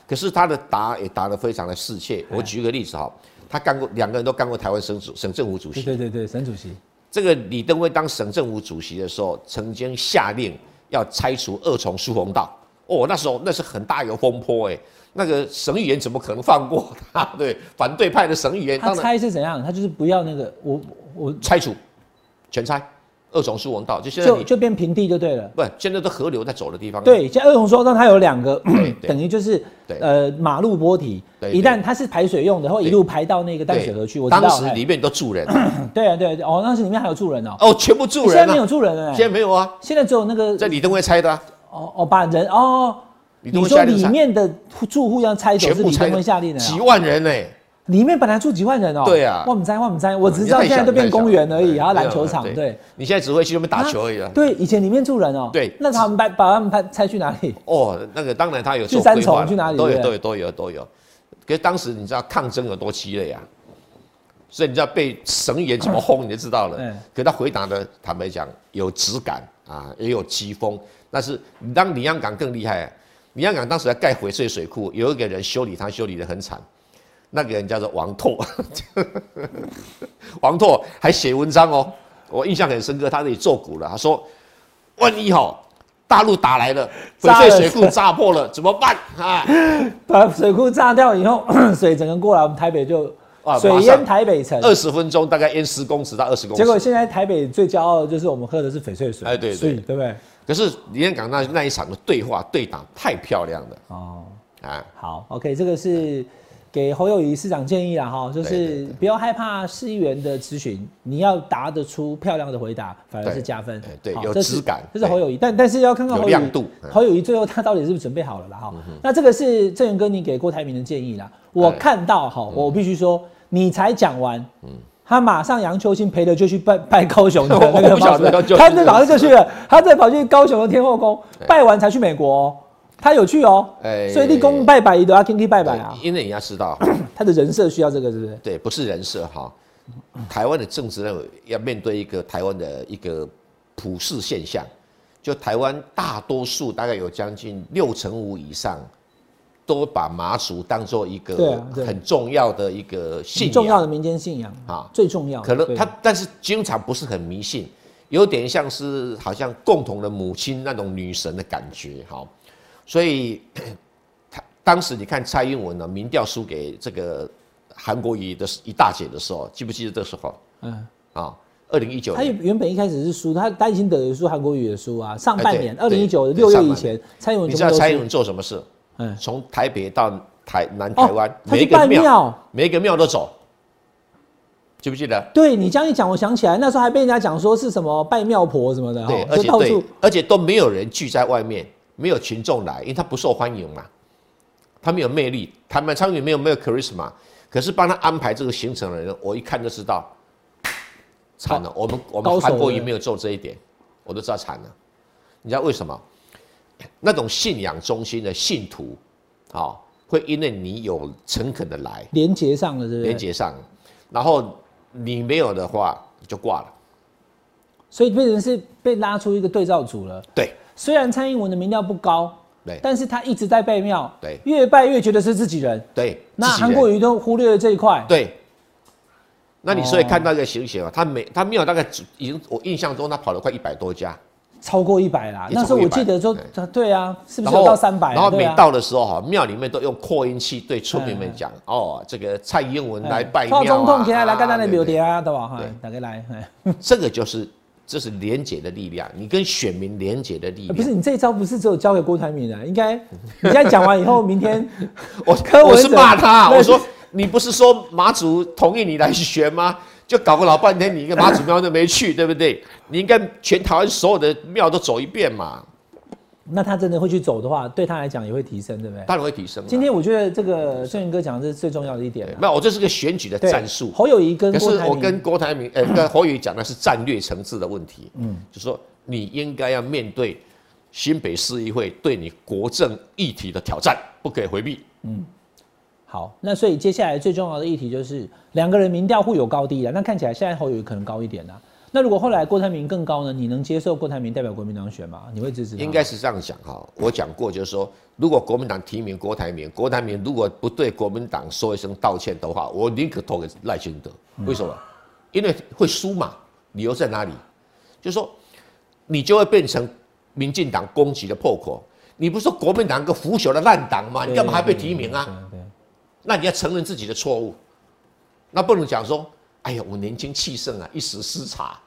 Speaker 3: 可是他的答也答得非常的适切。
Speaker 2: 哎
Speaker 3: 我举一个例子哈，他干过两个人都干过台湾省主省政府主
Speaker 2: 对
Speaker 3: 席。
Speaker 2: 对对对，沈主席，
Speaker 3: 这个李登辉当省政府主席的时候，曾经下令要拆除二重疏洪道。哦，那时候那是很大一个风波哎、那个省议员怎么可能放过他？对，反对派的省议员
Speaker 2: 他
Speaker 3: 当然
Speaker 2: 猜是怎样？他就是不要那个我我
Speaker 3: 拆除，全拆，二重疏洪道就现在
Speaker 2: 就
Speaker 3: 你嗯
Speaker 2: 就变平地就对了。
Speaker 3: 不，现在都河流在走的地方。，
Speaker 2: 对，像二龙说，那它有两个，
Speaker 3: 对
Speaker 2: 等于就是
Speaker 3: 对
Speaker 2: 呃马路波堤，
Speaker 3: 对
Speaker 2: 一
Speaker 3: 对
Speaker 2: 旦它是排水用的，会一
Speaker 3: 对
Speaker 2: 路排到那个淡
Speaker 3: 对，
Speaker 2: 水河去。我知道
Speaker 3: 当时
Speaker 2: 哎
Speaker 3: 里面都住人，
Speaker 2: 对啊对啊对哦，当时里面还有住人哦，
Speaker 3: 哦，全部住
Speaker 2: 现在
Speaker 3: 人
Speaker 2: 没有
Speaker 3: 啊，
Speaker 2: 住人了
Speaker 3: 现
Speaker 2: 哎
Speaker 3: 在，没有啊，
Speaker 2: 现在只有那个
Speaker 3: 在李登辉拆的啊，
Speaker 2: 哦哦把人哦，
Speaker 3: 李
Speaker 2: 你
Speaker 3: 登辉
Speaker 2: 说
Speaker 3: 下令
Speaker 2: 里
Speaker 3: 拆，
Speaker 2: 面的住户要拆走
Speaker 3: 全
Speaker 2: 是
Speaker 3: 部
Speaker 2: 李
Speaker 3: 拆
Speaker 2: 登辉
Speaker 3: 的，
Speaker 2: 下令的
Speaker 3: 几
Speaker 2: 哦，
Speaker 3: 万人呢，
Speaker 2: 里面本来住几万人哦，
Speaker 3: 对啊
Speaker 2: 万米灾万米灾，我只知
Speaker 3: 你
Speaker 2: 道
Speaker 3: 太
Speaker 2: 现在
Speaker 3: 小
Speaker 2: 都变
Speaker 3: 太小
Speaker 2: 公园而已，
Speaker 3: 对
Speaker 2: 然后篮球场
Speaker 3: 对
Speaker 2: 对。
Speaker 3: 你现在只会去那边打球而已啊
Speaker 2: 啊。对，以前里面住人哦。
Speaker 3: 对
Speaker 2: 那他们把把他们拆拆去哪里？
Speaker 3: 哦，那个当然他有做
Speaker 2: 去三
Speaker 3: 规划
Speaker 2: 重去哪里
Speaker 3: 都有
Speaker 2: 对
Speaker 3: 都有都有都有。可是当时你知道抗争有多激烈啊，所以你知道被省议员怎么轰你就知道了。
Speaker 2: 嗯
Speaker 3: 可他回答的坦白讲有质感啊，也有疾风。但是你当李阳港更厉害、啊，李阳港当时在盖翡翠水库，有一个人修理他修理的很惨，那个人叫做王拓，王拓还写文章哦，我印象很深刻，他那里作古了，他说万一哈、大陆打来 了，翡
Speaker 2: 炸
Speaker 3: 翠
Speaker 2: 了
Speaker 3: 水库炸破 了怎么办啊？
Speaker 2: 把水库炸掉以后， 水整个过来，我们台北就
Speaker 3: 啊
Speaker 2: 水
Speaker 3: 马上
Speaker 2: 淹台北城。
Speaker 3: 二十分钟大概淹十公尺到二十公尺。
Speaker 2: 结果现在台北最骄傲的就是我们喝的是翡翠水，
Speaker 3: 哎对对
Speaker 2: 所以对不对？
Speaker 3: 可是李彦港那那一场的对话对打太漂亮了
Speaker 2: 哦，
Speaker 3: 啊！
Speaker 2: 好，OK，这个是给侯友谊市长建议啦哈，就
Speaker 3: 对对
Speaker 2: 是
Speaker 3: 对
Speaker 2: 不要害怕市议员的咨询，你要答得出漂亮的回答，反而是
Speaker 3: 对
Speaker 2: 加分
Speaker 3: 哎。对
Speaker 2: 好
Speaker 3: 有
Speaker 2: 这是
Speaker 3: 质感
Speaker 2: 这是
Speaker 3: 对
Speaker 2: 侯友谊，但但是要看看
Speaker 3: 有
Speaker 2: 侯友谊
Speaker 3: 亮度嗯
Speaker 2: 侯友谊最后他到底是不是准备好了啦哈。那这个是郑源哥你给郭台铭的建议啦，我
Speaker 3: 哎
Speaker 2: 看到哈，我必须说你才讲完，
Speaker 3: 嗯
Speaker 2: 他马上杨秋兴陪着就去拜拜高雄的那
Speaker 3: 我
Speaker 2: 个
Speaker 3: 不晓
Speaker 2: 帽
Speaker 3: 得杨
Speaker 2: 子，
Speaker 3: 秋兴
Speaker 2: 他
Speaker 3: 这
Speaker 2: 这
Speaker 3: 个
Speaker 2: 马上就去了，他再跑去高雄的天后宫拜完才去美国哦，他有去哦，
Speaker 3: 哎
Speaker 2: 所以立功拜拜一定要天天拜拜啊
Speaker 3: 对，因为你要知道，
Speaker 2: 他的人设需要这个是不是？
Speaker 3: 对，不是人设哈。台湾的政治人物要面对一个台湾的一个普世现象，就台湾大多数大概有将近六成五以上，都把马祖当做一
Speaker 2: 对
Speaker 3: 个
Speaker 2: 啊对
Speaker 3: 很重要的一个
Speaker 2: 很
Speaker 3: 信仰，
Speaker 2: 重要的民间信仰
Speaker 3: 啊
Speaker 2: 最重要的
Speaker 3: 可能
Speaker 2: 哦对
Speaker 3: 他但是经常不是很迷信，有点像是好像共同的母亲那种女神的感觉，好，所以呃他当时你看蔡英文呢，民调输给这个韩国瑜的一大姐的时候，记不记得这时候
Speaker 2: 嗯，
Speaker 3: 啊？二零一九
Speaker 2: 他
Speaker 3: 年，
Speaker 2: 原本一开始是输，他他已经等于输韩国语也输啊，上半年
Speaker 3: 哎
Speaker 2: 二
Speaker 3: 对
Speaker 2: 零一九
Speaker 3: 对
Speaker 2: 六月
Speaker 3: 上半
Speaker 2: 以
Speaker 3: 年
Speaker 2: 前，蔡英文
Speaker 3: 你知
Speaker 2: 全
Speaker 3: 道
Speaker 2: 部都
Speaker 3: 蔡英
Speaker 2: 输，
Speaker 3: 文做什么事？
Speaker 2: 嗯，
Speaker 3: 从台北到台南、台湾，
Speaker 2: 哦他
Speaker 3: 每
Speaker 2: 去
Speaker 3: 一个
Speaker 2: 拜
Speaker 3: 庙，
Speaker 2: 庙。
Speaker 3: 每一个庙都走，记不记得？
Speaker 2: 对你这样一讲，我想起来那时候还被人家讲说是什么拜庙婆什么的，
Speaker 3: 对，
Speaker 2: 哦
Speaker 3: 而
Speaker 2: 就
Speaker 3: 且
Speaker 2: 到
Speaker 3: 对
Speaker 2: 处，
Speaker 3: 而且都没有人聚在外面，没有群众来，因为他不受欢迎嘛，他没有魅力，他们参与没有没有 charisma，可是帮他安排这个行程的人，我一看就知道，惨了，我们我
Speaker 2: 高手
Speaker 3: 们韩国
Speaker 2: 了
Speaker 3: 也没有做这一点，我都知道惨了，你知道为什么？那种信仰中心的信徒，啊、会因为你有诚恳的来
Speaker 2: 连接上了，对不对？
Speaker 3: 连接上，然后你没有的话就挂了，
Speaker 2: 所以变成是被拉出一个对照组了。
Speaker 3: 对
Speaker 2: 虽然蔡英文的民调不高，
Speaker 3: 对
Speaker 2: 但是他一直在拜庙，
Speaker 3: 对
Speaker 2: 越拜越觉得是自己人。
Speaker 3: 对，
Speaker 2: 那
Speaker 3: 自己
Speaker 2: 韩
Speaker 3: 人
Speaker 2: 国瑜都忽略了这一块，
Speaker 3: 对。那你
Speaker 2: 哦
Speaker 3: 所以看到一个形形啊，他没他没有大概只已经我印象中他跑了快一百多家，
Speaker 2: 超过一百啦。
Speaker 3: 也超过
Speaker 2: 那时候我
Speaker 3: 100
Speaker 2: 记得就
Speaker 3: 对
Speaker 2: 对啊，是不
Speaker 3: 然
Speaker 2: 是有
Speaker 3: 后
Speaker 2: 到三百、啊？
Speaker 3: 然后每
Speaker 2: 对啊嗯
Speaker 3: 到的时候哈，庙里面都用扩音器对村民们讲哦，这个蔡英文来拜庙
Speaker 2: 到
Speaker 3: 啊，
Speaker 2: 总统起来来
Speaker 3: 啊
Speaker 2: 干咱的
Speaker 3: 对
Speaker 2: 庙
Speaker 3: 不对
Speaker 2: 埕啊，对吧？哈
Speaker 3: 对，
Speaker 2: 大家来，哎
Speaker 3: 这个就是这是廉洁的力量，你跟选民廉洁的力
Speaker 2: 哎呃不是
Speaker 3: 量。
Speaker 2: 你这一招不是只有交给郭台铭的，应该你现在讲完以后，明天
Speaker 3: 我
Speaker 2: 柯文
Speaker 3: 我是
Speaker 2: 哲
Speaker 3: 骂他，
Speaker 2: 对
Speaker 3: 我说你不是说马祖同意你来学吗？就搞个老半天，你一个马祖庙都没去，对不对？你应该全台湾所有的庙都走一遍嘛，
Speaker 2: 那他真的会去走的话，对他来讲也会提升，对不对？
Speaker 3: 当然会提升啊。
Speaker 2: 今天我觉得这个郑源哥讲的是最重要的一点
Speaker 3: 对
Speaker 2: 啦
Speaker 3: 没有，我这是个选举的
Speaker 2: 对
Speaker 3: 战术。
Speaker 2: 侯友谊跟
Speaker 3: 可是
Speaker 2: 郭台
Speaker 3: 我
Speaker 2: 铭，
Speaker 3: 跟郭台铭，呃，跟侯友宜讲的是战略层次的问题。嗯，就说你应该要面对新北市议会对你国政议题的挑战，不可以回避。
Speaker 2: 好，那所以接下来最重要的议题就是两个人民调互有高低了。啊那看起来现在侯友宜可能高一点啦。那如果后来郭台铭更高呢？你能接受郭台铭代表国民党选吗？你会支持他吗？
Speaker 3: 应该是这样讲哈，我讲过就是说，如果国民党提名郭台铭，郭台铭如果不对国民党说一声道歉的话，我宁可投给赖清德。
Speaker 2: 嗯
Speaker 3: 为什么？因为会输嘛。理由在哪里？就是说，你就会变成民进党攻击的破口。你不是说国民党一个腐朽的烂党吗？
Speaker 2: 对，
Speaker 3: 你干嘛还被提名啊？
Speaker 2: 对？对对
Speaker 3: 那你要承认自己的错误，那不能讲说，哎呀，我年轻气盛啊，一时失察。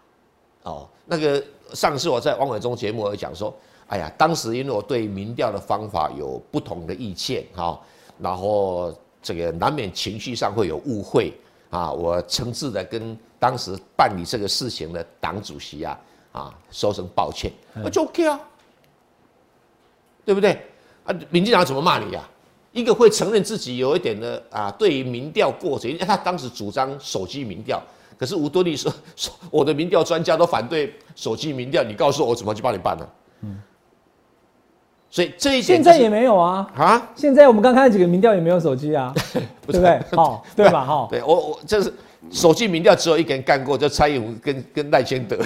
Speaker 3: 哦，那个上次我在王伟忠节目有讲说，哎呀，当时因为我对民调的方法有不同的意见哈、然后这个难免情绪上会有误会啊。我诚挚的跟当时办理这个事情的党主席啊啊说声抱歉，那就 OK 啊，对不对？啊，民进党怎么骂你呀、一个会承认自己有一点的啊，对于民调过程，因为他当时主张手机民调，可是吴敦义说 说我的民调专家都反对手机民调，你告诉我怎么去帮你办呢、所以这
Speaker 2: 嗯
Speaker 3: 一点、
Speaker 2: 现
Speaker 3: 就是、
Speaker 2: 在也没有啊。
Speaker 3: 啊，
Speaker 2: 现在我们刚看几个民调也没有手机 啊，对不对？好，对吧？哈，
Speaker 3: 对我我这是手机民调只有一个人干过，就蔡英文跟跟赖清德，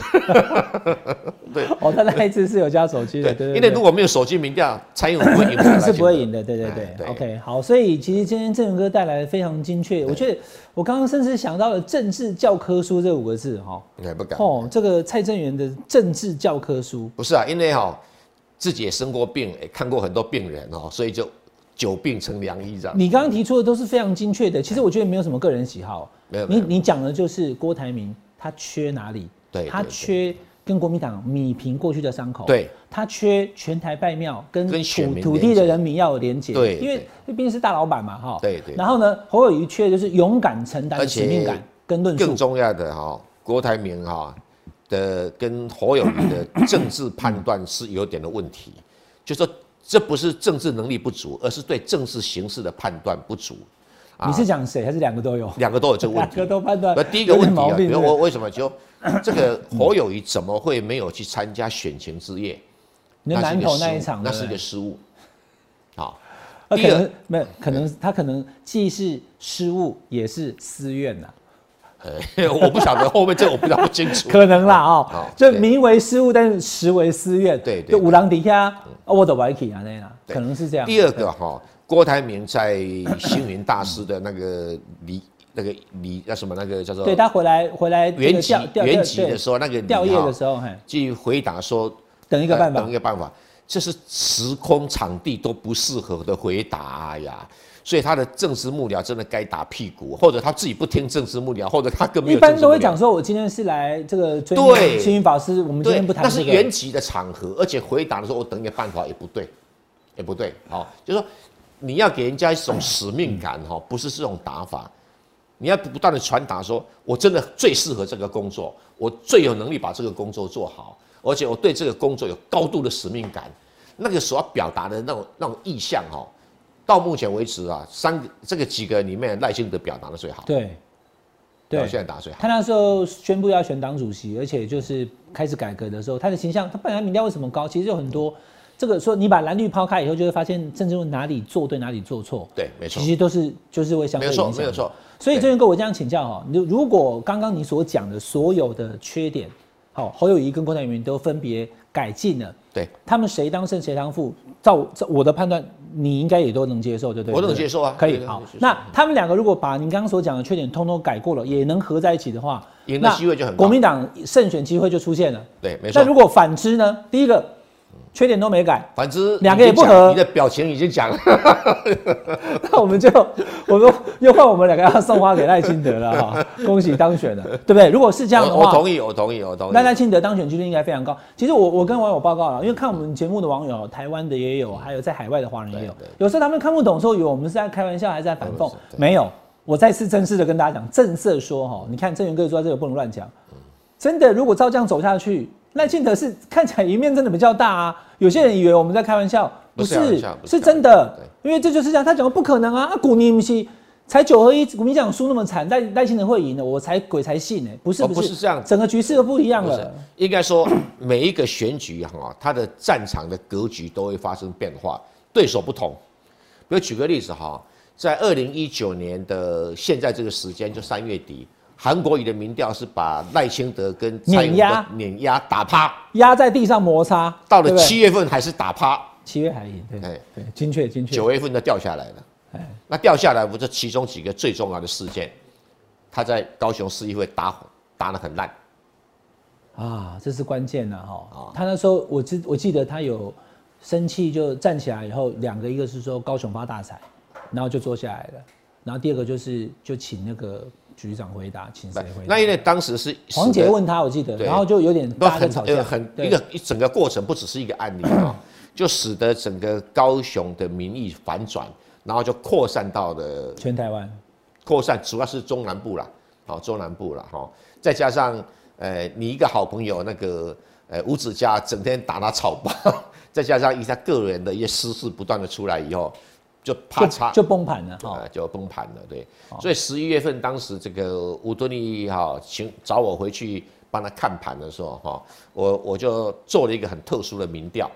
Speaker 2: 哦，他那一次是有加手机的，对对。
Speaker 3: 因为
Speaker 2: 对
Speaker 3: 如果没有手机民调，蔡英文不会赢赖 清
Speaker 2: 是
Speaker 3: 德，
Speaker 2: 不会赢的，对对
Speaker 3: 哎
Speaker 2: 对。
Speaker 3: 对
Speaker 2: OK，好，所以其实今天郑源哥带来的非常精确，我觉得我刚刚甚至想到了“政治教科书”这五个字哈。
Speaker 3: 你哎还不敢
Speaker 2: 哦，这个蔡正元的政治教科书，
Speaker 3: 不是啊，因为哈、自己也生过病，也看过很多病人哦，所以就久病成良医这样。
Speaker 2: 你刚刚提出的都是非常精确的。其实我觉得没有什么个人喜好，
Speaker 3: 没有没
Speaker 2: 你
Speaker 3: 有
Speaker 2: 你讲的就是郭台铭他缺哪里？
Speaker 3: 对
Speaker 2: 他
Speaker 3: 对
Speaker 2: 缺跟国民党米平过去的伤口，
Speaker 3: 对，
Speaker 2: 他缺全台拜庙跟
Speaker 3: 跟选
Speaker 2: 土
Speaker 3: 民
Speaker 2: 土
Speaker 3: 连
Speaker 2: 地的
Speaker 3: 结
Speaker 2: 人民要有连结，
Speaker 3: 对
Speaker 2: 因为
Speaker 3: 对
Speaker 2: 毕竟是大老板嘛，哈，
Speaker 3: 对对
Speaker 2: 然后呢，侯友宜缺的就是勇敢承担
Speaker 3: 而且
Speaker 2: 使命感跟论
Speaker 3: 更
Speaker 2: 述，
Speaker 3: 重要的哈、郭台铭哈、的跟侯友宜的政治判断是有点的问题，就说这不是政治能力不足，而是对政治形势的判断不足，
Speaker 2: 你是讲谁？还是两个都有？
Speaker 3: 两个都有这个 问
Speaker 2: 两
Speaker 3: 题
Speaker 2: 个。都判断
Speaker 3: 那。第一个问题
Speaker 2: 毛
Speaker 3: 啊，比
Speaker 2: 病
Speaker 3: 如
Speaker 2: 对
Speaker 3: 我为什么就这个侯友宜怎么会没有去参加选情之夜？
Speaker 2: 你的
Speaker 3: 那是
Speaker 2: 南
Speaker 3: 个
Speaker 2: 投
Speaker 3: 失
Speaker 2: 那
Speaker 3: 误
Speaker 2: 一场，
Speaker 3: 那
Speaker 2: 对不
Speaker 3: 是一
Speaker 2: 对
Speaker 3: 个失误。好，
Speaker 2: 呃，
Speaker 3: 第
Speaker 2: 可
Speaker 3: 二
Speaker 2: 能没有，可能他可能既是失误，也是私怨呐、
Speaker 3: 呃， 我不晓得后面这个我比较不清楚。
Speaker 2: 可能啦啊、
Speaker 3: 好
Speaker 2: 就
Speaker 3: 对
Speaker 2: 名为失误，但是实为私怨。
Speaker 3: 对对
Speaker 2: 就
Speaker 3: 对嗯
Speaker 2: 五郎底下，哦，我的 v i k 啊那样啦，
Speaker 3: 对
Speaker 2: 可能是这样。
Speaker 3: 第二个哈、郭台铭在星云大师的那个礼那个礼那什么那个叫做
Speaker 2: 对，对他回来回来这个
Speaker 3: 原籍
Speaker 2: 调调
Speaker 3: 原籍
Speaker 2: 对
Speaker 3: 的时候，那个
Speaker 2: 调
Speaker 3: 礼
Speaker 2: 业
Speaker 3: 哈
Speaker 2: 的时候，嘿，
Speaker 3: 去回答说
Speaker 2: 等一个
Speaker 3: 呃
Speaker 2: 办法
Speaker 3: 等一。个办法，这是时空场地都不适合的回答呀。所以他的政治幕僚真的该打屁股，或者他自己不听政治幕僚，或者他根本没
Speaker 2: 一
Speaker 3: 有政
Speaker 2: 般
Speaker 3: 治
Speaker 2: 都
Speaker 3: 幕
Speaker 2: 会
Speaker 3: 僚
Speaker 2: 讲说，我今天是来这个追
Speaker 3: 对
Speaker 2: 星云法师，我们今
Speaker 3: 对，
Speaker 2: 天不谈
Speaker 3: 那
Speaker 2: 这
Speaker 3: 是
Speaker 2: 个。
Speaker 3: 原籍的场合，而且回答的时候我等你的办法也不对，也不对，好、就是说你要给人家一种使命感哈、哦，不是这种打法，你要不断的传达说，我真的最适合这个工作，我最有能力把这个工作做好，而且我对这个工作有高度的使命感，那个所要表达的那种那种意向哈、哦，到目前为止啊，三个这个几个里面赖幸德表达的最好，
Speaker 2: 对
Speaker 3: 表
Speaker 2: 对，
Speaker 3: 现得打得最好。
Speaker 2: 他那时候宣布要选党主席，而且就是开始改革的时候，他的形象，他本来民调为什么高？其实有很多，这个说你把蓝绿抛开以后，就会发现政治问哪里做对，哪里做错，
Speaker 3: 对，没错
Speaker 2: 其，实都是就是会相
Speaker 3: 没
Speaker 2: 对
Speaker 3: 有
Speaker 2: 影响
Speaker 3: 错，。没有。错。
Speaker 2: 所以
Speaker 3: 对
Speaker 2: 郑源哥，我这样请教哈，你如果刚刚你所讲的所有的缺点，好，侯友谊跟郭台铭都分别改进了，
Speaker 3: 对，
Speaker 2: 他们谁当胜谁当负，照照我的判断，你应该也都能接受，对不对？
Speaker 3: 我能接受啊
Speaker 2: 可
Speaker 3: 对
Speaker 2: 以。
Speaker 3: 对
Speaker 2: 好
Speaker 3: 对，
Speaker 2: 那他们两个如果把您刚刚所讲的缺点通通改过了，也能合在一起的话，
Speaker 3: 赢的
Speaker 2: 那
Speaker 3: 机会就很高
Speaker 2: 国民党胜选机会就出现了。
Speaker 3: 对，没错
Speaker 2: 那。如果反之呢？第一个缺点都没改，
Speaker 3: 反之，
Speaker 2: 两个也
Speaker 3: 你已经
Speaker 2: 不合
Speaker 3: 讲你的表情已经讲了，
Speaker 2: 那我们就，我们又换我们两个要送花给赖清德了哈，恭喜当选了，对不对？如果 是这样的
Speaker 3: 我我
Speaker 2: 话，
Speaker 3: 同意，我同意，我同意。
Speaker 2: 那赖清德当选几率应该非常高。其实我我跟网友报告了，因为看我们节目的网友，台湾的也有，还有在海外的华人也有
Speaker 3: 嗯对对，
Speaker 2: 有时候他们看不懂，说以为我们是在开玩笑还是在反讽
Speaker 3: 不是，对
Speaker 2: 没有。我再次正式的跟大家讲，正色说哈，你看郑源哥说这个不能乱讲，
Speaker 3: 嗯
Speaker 2: 真的，如果照这样走下去，赖清德是看起来赢面真的比较大啊。有些人以为我们在开玩笑，不
Speaker 3: 不
Speaker 2: 是
Speaker 3: 是开玩笑，不是
Speaker 2: 是真的
Speaker 3: 对，
Speaker 2: 因为这就是这样。他讲的不可能啊，啊股你不是才九合一，股民讲输那么惨，赖赖清德会赢的，我才鬼才信呢、不是
Speaker 3: 哦
Speaker 2: 不是,、
Speaker 3: 不是这样
Speaker 2: 整个局势都不一样
Speaker 3: 不是
Speaker 2: 了。，
Speaker 3: 应该说 每一个选举哈，它的战场的格局都会发生变化，对手不同。比如举个例子哈，在二零一九年的现在这个时间，就三月底，韩国瑜的民调是把赖清德跟蔡
Speaker 2: 碾
Speaker 3: 英文
Speaker 2: 压
Speaker 3: 都碾压打趴，
Speaker 2: 压在地上摩擦，
Speaker 3: 到了
Speaker 2: 对不对
Speaker 3: 七月份还是打趴，
Speaker 2: 七月还赢，对
Speaker 3: 哎
Speaker 2: 对，精确精确。
Speaker 3: 九月份就掉下来了。那掉下来，我这其中几个最重要的事件，他在高雄市议会打打得很烂，
Speaker 2: 啊，这是关键呐
Speaker 3: 啊
Speaker 2: 哈。他那时候我记我记得他有生气就站起来以后，两个一个是说高雄发大财，然后就坐下来了，然后第二个就是就请那个局长回答，请谁回答
Speaker 3: 那？因为当时是
Speaker 2: 黄杰问他，我记得，
Speaker 3: 对
Speaker 2: 然后就有点
Speaker 3: 不
Speaker 2: 大家在
Speaker 3: 很
Speaker 2: 吵
Speaker 3: 呃
Speaker 2: 架，
Speaker 3: 很
Speaker 2: 对
Speaker 3: 一个一整个过程不只是一个案例 啊，就使得整个高雄的民意反转，然后就扩散到了
Speaker 2: 全台湾
Speaker 3: 扩散，主要是中南部啦，好、中南部啦，哈、哦再加上呃你一个好朋友那个呃吴子嘉整天打他草包， 再加上一下个人的一些私事不断的出来以后，就啪
Speaker 2: 就
Speaker 3: 嚓
Speaker 2: 就崩盘了哈
Speaker 3: 啊，。就崩盘了，对。所以十一月份当时这个吴敦义哈，请找我回去帮他看盘的时候哈，我我就做了一个很特殊的民调，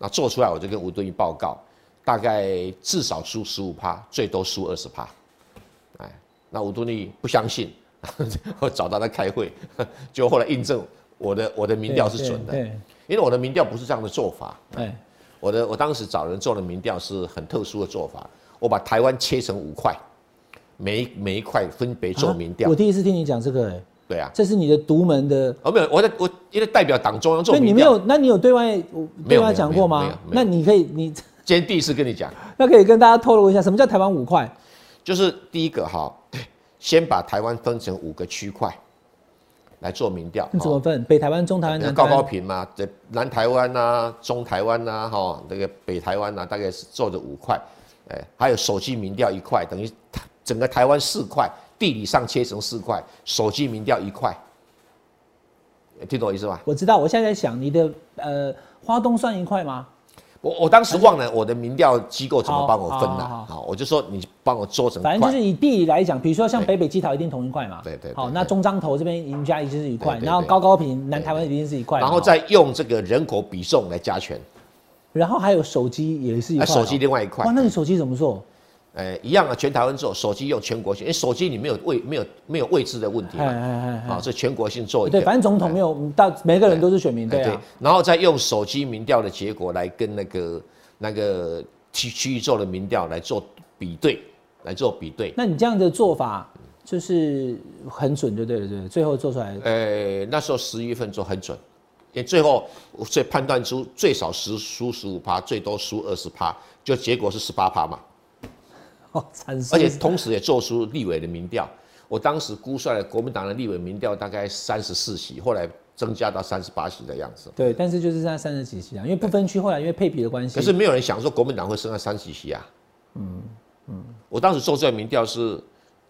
Speaker 3: 那做出来我就跟吴敦义报告，大概至少输十五趴，最多输二十趴，哎，那吴敦义不相信， 我找到他开会， 就后来印证我的我的民调是准的，
Speaker 2: 对，
Speaker 3: 因为我的民调不是这样的做法，
Speaker 2: 对哎，
Speaker 3: 我的我当时找人做的民调是很特殊的做法，我把台湾切成五块，每一每一块分别做民调。
Speaker 2: 啊我第一次听你讲这个，哎
Speaker 3: 对啊，
Speaker 2: 这是你的独门的。
Speaker 3: 哦没有，我在我因为代表党中央做
Speaker 2: 所以你
Speaker 3: 民
Speaker 2: 没
Speaker 3: 调，
Speaker 2: 有，那你有对外
Speaker 3: 没
Speaker 2: 对
Speaker 3: 有
Speaker 2: 外讲过
Speaker 3: 没有
Speaker 2: 吗
Speaker 3: 没有？没
Speaker 2: 那
Speaker 3: 有
Speaker 2: 你可以，你
Speaker 3: 今天第一次跟你讲，
Speaker 2: 那可以跟大家透露一下，什么叫台湾五块？
Speaker 3: 就是第一个哈，先把台湾分成五个区块来做民调。
Speaker 2: 你怎么
Speaker 3: 哈
Speaker 2: 分？北台湾、中台湾、南台
Speaker 3: 高
Speaker 2: 湾
Speaker 3: 高频嘛，这南台湾呐、中台湾呐、哈，那个北台湾啊呐、大概是做的五块，哎，还有手机民调一块，等于整个台湾四块，地理上切成四块，手机民调一块，哎听懂我意思吧？
Speaker 2: 我知道，我现在在想你的呃，花东算一块吗？
Speaker 3: 我我当时忘了我的民调机构怎么帮我分了、
Speaker 2: 好好好
Speaker 3: 好我就说你帮我做成块，
Speaker 2: 反正就是以地理来讲，比如说像
Speaker 3: 对
Speaker 2: 北北基桃一定同一块嘛。
Speaker 3: 对对对
Speaker 2: 好，
Speaker 3: 对
Speaker 2: 那中彰头这边赢家一定是一块，
Speaker 3: 对对对
Speaker 2: 然后高高平南台湾一定是一块嘛，
Speaker 3: 然后再用这个人口比重来加权，
Speaker 2: 然后还有手机也是一
Speaker 3: 啊，
Speaker 2: 块。哦
Speaker 3: 手机另外一块
Speaker 2: 哇，，那个手机怎么做？
Speaker 3: 呃，一样啊，全台湾做，手机用全国性，因为哎手机你没有位没有没有位置的问题
Speaker 2: 哎
Speaker 3: 嘛，
Speaker 2: 哎哎
Speaker 3: 啊，这全国性做
Speaker 2: 哎，
Speaker 3: 一个，
Speaker 2: 对，反正总统没有到每个人都是选民，
Speaker 3: 哎
Speaker 2: 对啊。
Speaker 3: 然后再用手机民调的结果来跟那个那个区区域做的民调来做比对，来做比对。
Speaker 2: 那你这样的做法就是很准，就对了，对了，最后做出来
Speaker 3: 呃，那时候十一月份做很准，因为最后我最判断出最少十输十五趴，最多输二十趴，就结果是十八趴嘛，
Speaker 2: 哦，惨死
Speaker 3: 而且同时也做出立委的民调。我当时估算了国民党的立委民调大概三十四席，后来增加到三十八席的样子。
Speaker 2: 对，但是就是在三十几席啊，因为不分区，后来因为配比的关系，
Speaker 3: 可是没有人想说国民党会升到三十席啊。嗯嗯，我当时做这个民调是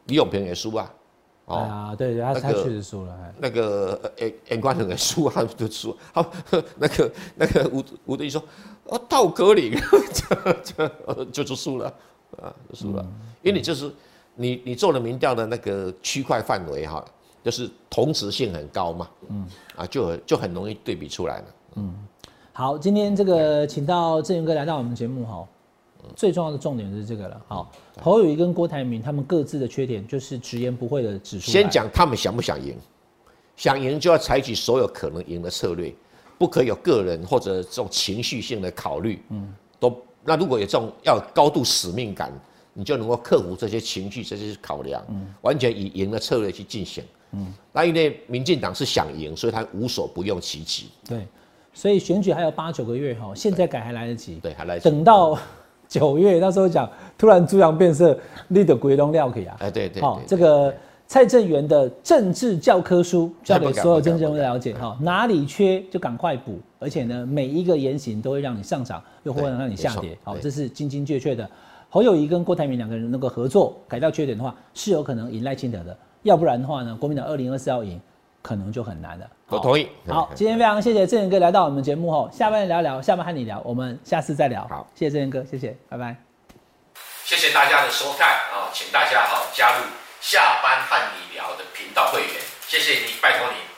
Speaker 3: 李永平也输啊，
Speaker 2: 哎
Speaker 3: 哦，
Speaker 2: 呀，对对，他
Speaker 3: 那
Speaker 2: 他
Speaker 3: 个
Speaker 2: 确实输了，哎
Speaker 3: 那个呃严关人也输啊，他们都输， 好，那个那个吴吴德义说，哦，道格林 就就就就输了啊，就输了，因为你就是你你做了民调的那个区块范围哈，就是同质性很高嘛，嗯，啊，就很就很容易对比出来了。
Speaker 2: 好，今天这个请到郑源哥来到我们节目哈，最重要的重点就是这个了。好，侯友谊跟郭台铭他们各自的缺点就是直言不讳的指出来。
Speaker 3: 先讲他们想不想赢，想赢就要采取所有可能赢的策略，不可以有个人或者这种情绪性的考虑。嗯，都那如果有这种要高度使命感，你就能够克服这些情绪、这些考量，完全以赢的策略去进行。嗯，那因为民进党是想赢，所以他无所不用其极。
Speaker 2: 对，所以选举还有八九个月哈，现在改还来得及。
Speaker 3: 对，还来
Speaker 2: 等到九月那时候讲，突然猪羊变色，立的鬼龙料可以啊。
Speaker 3: 哎对对
Speaker 2: 好
Speaker 3: 对对
Speaker 2: 这个蔡正元的政治教科书交给所有政治人物了解
Speaker 3: 不
Speaker 2: 哈，哪里缺就赶快补，而且呢，每一个言行都会让你上涨，又会
Speaker 3: 对
Speaker 2: 让你下
Speaker 3: 没
Speaker 2: 跌
Speaker 3: 错，
Speaker 2: 好，
Speaker 3: 对
Speaker 2: 这是精精确确的。侯友谊跟郭台铭两个人能够合作改掉缺点的话，是有可能赢赖清德的，要不然的话呢，国民党二零二四要赢，可能就很难了。
Speaker 3: 我
Speaker 2: 好
Speaker 3: 同意
Speaker 2: 好，今天非常谢谢郑源哥来到我们节目后，下班聊聊，下班和你聊，我们下次再聊。
Speaker 3: 好，
Speaker 2: 谢谢郑源哥，谢谢，拜拜。
Speaker 4: 谢谢大家的收看啊，请大家好加入下班和你聊的频道会员，谢谢你，拜托你。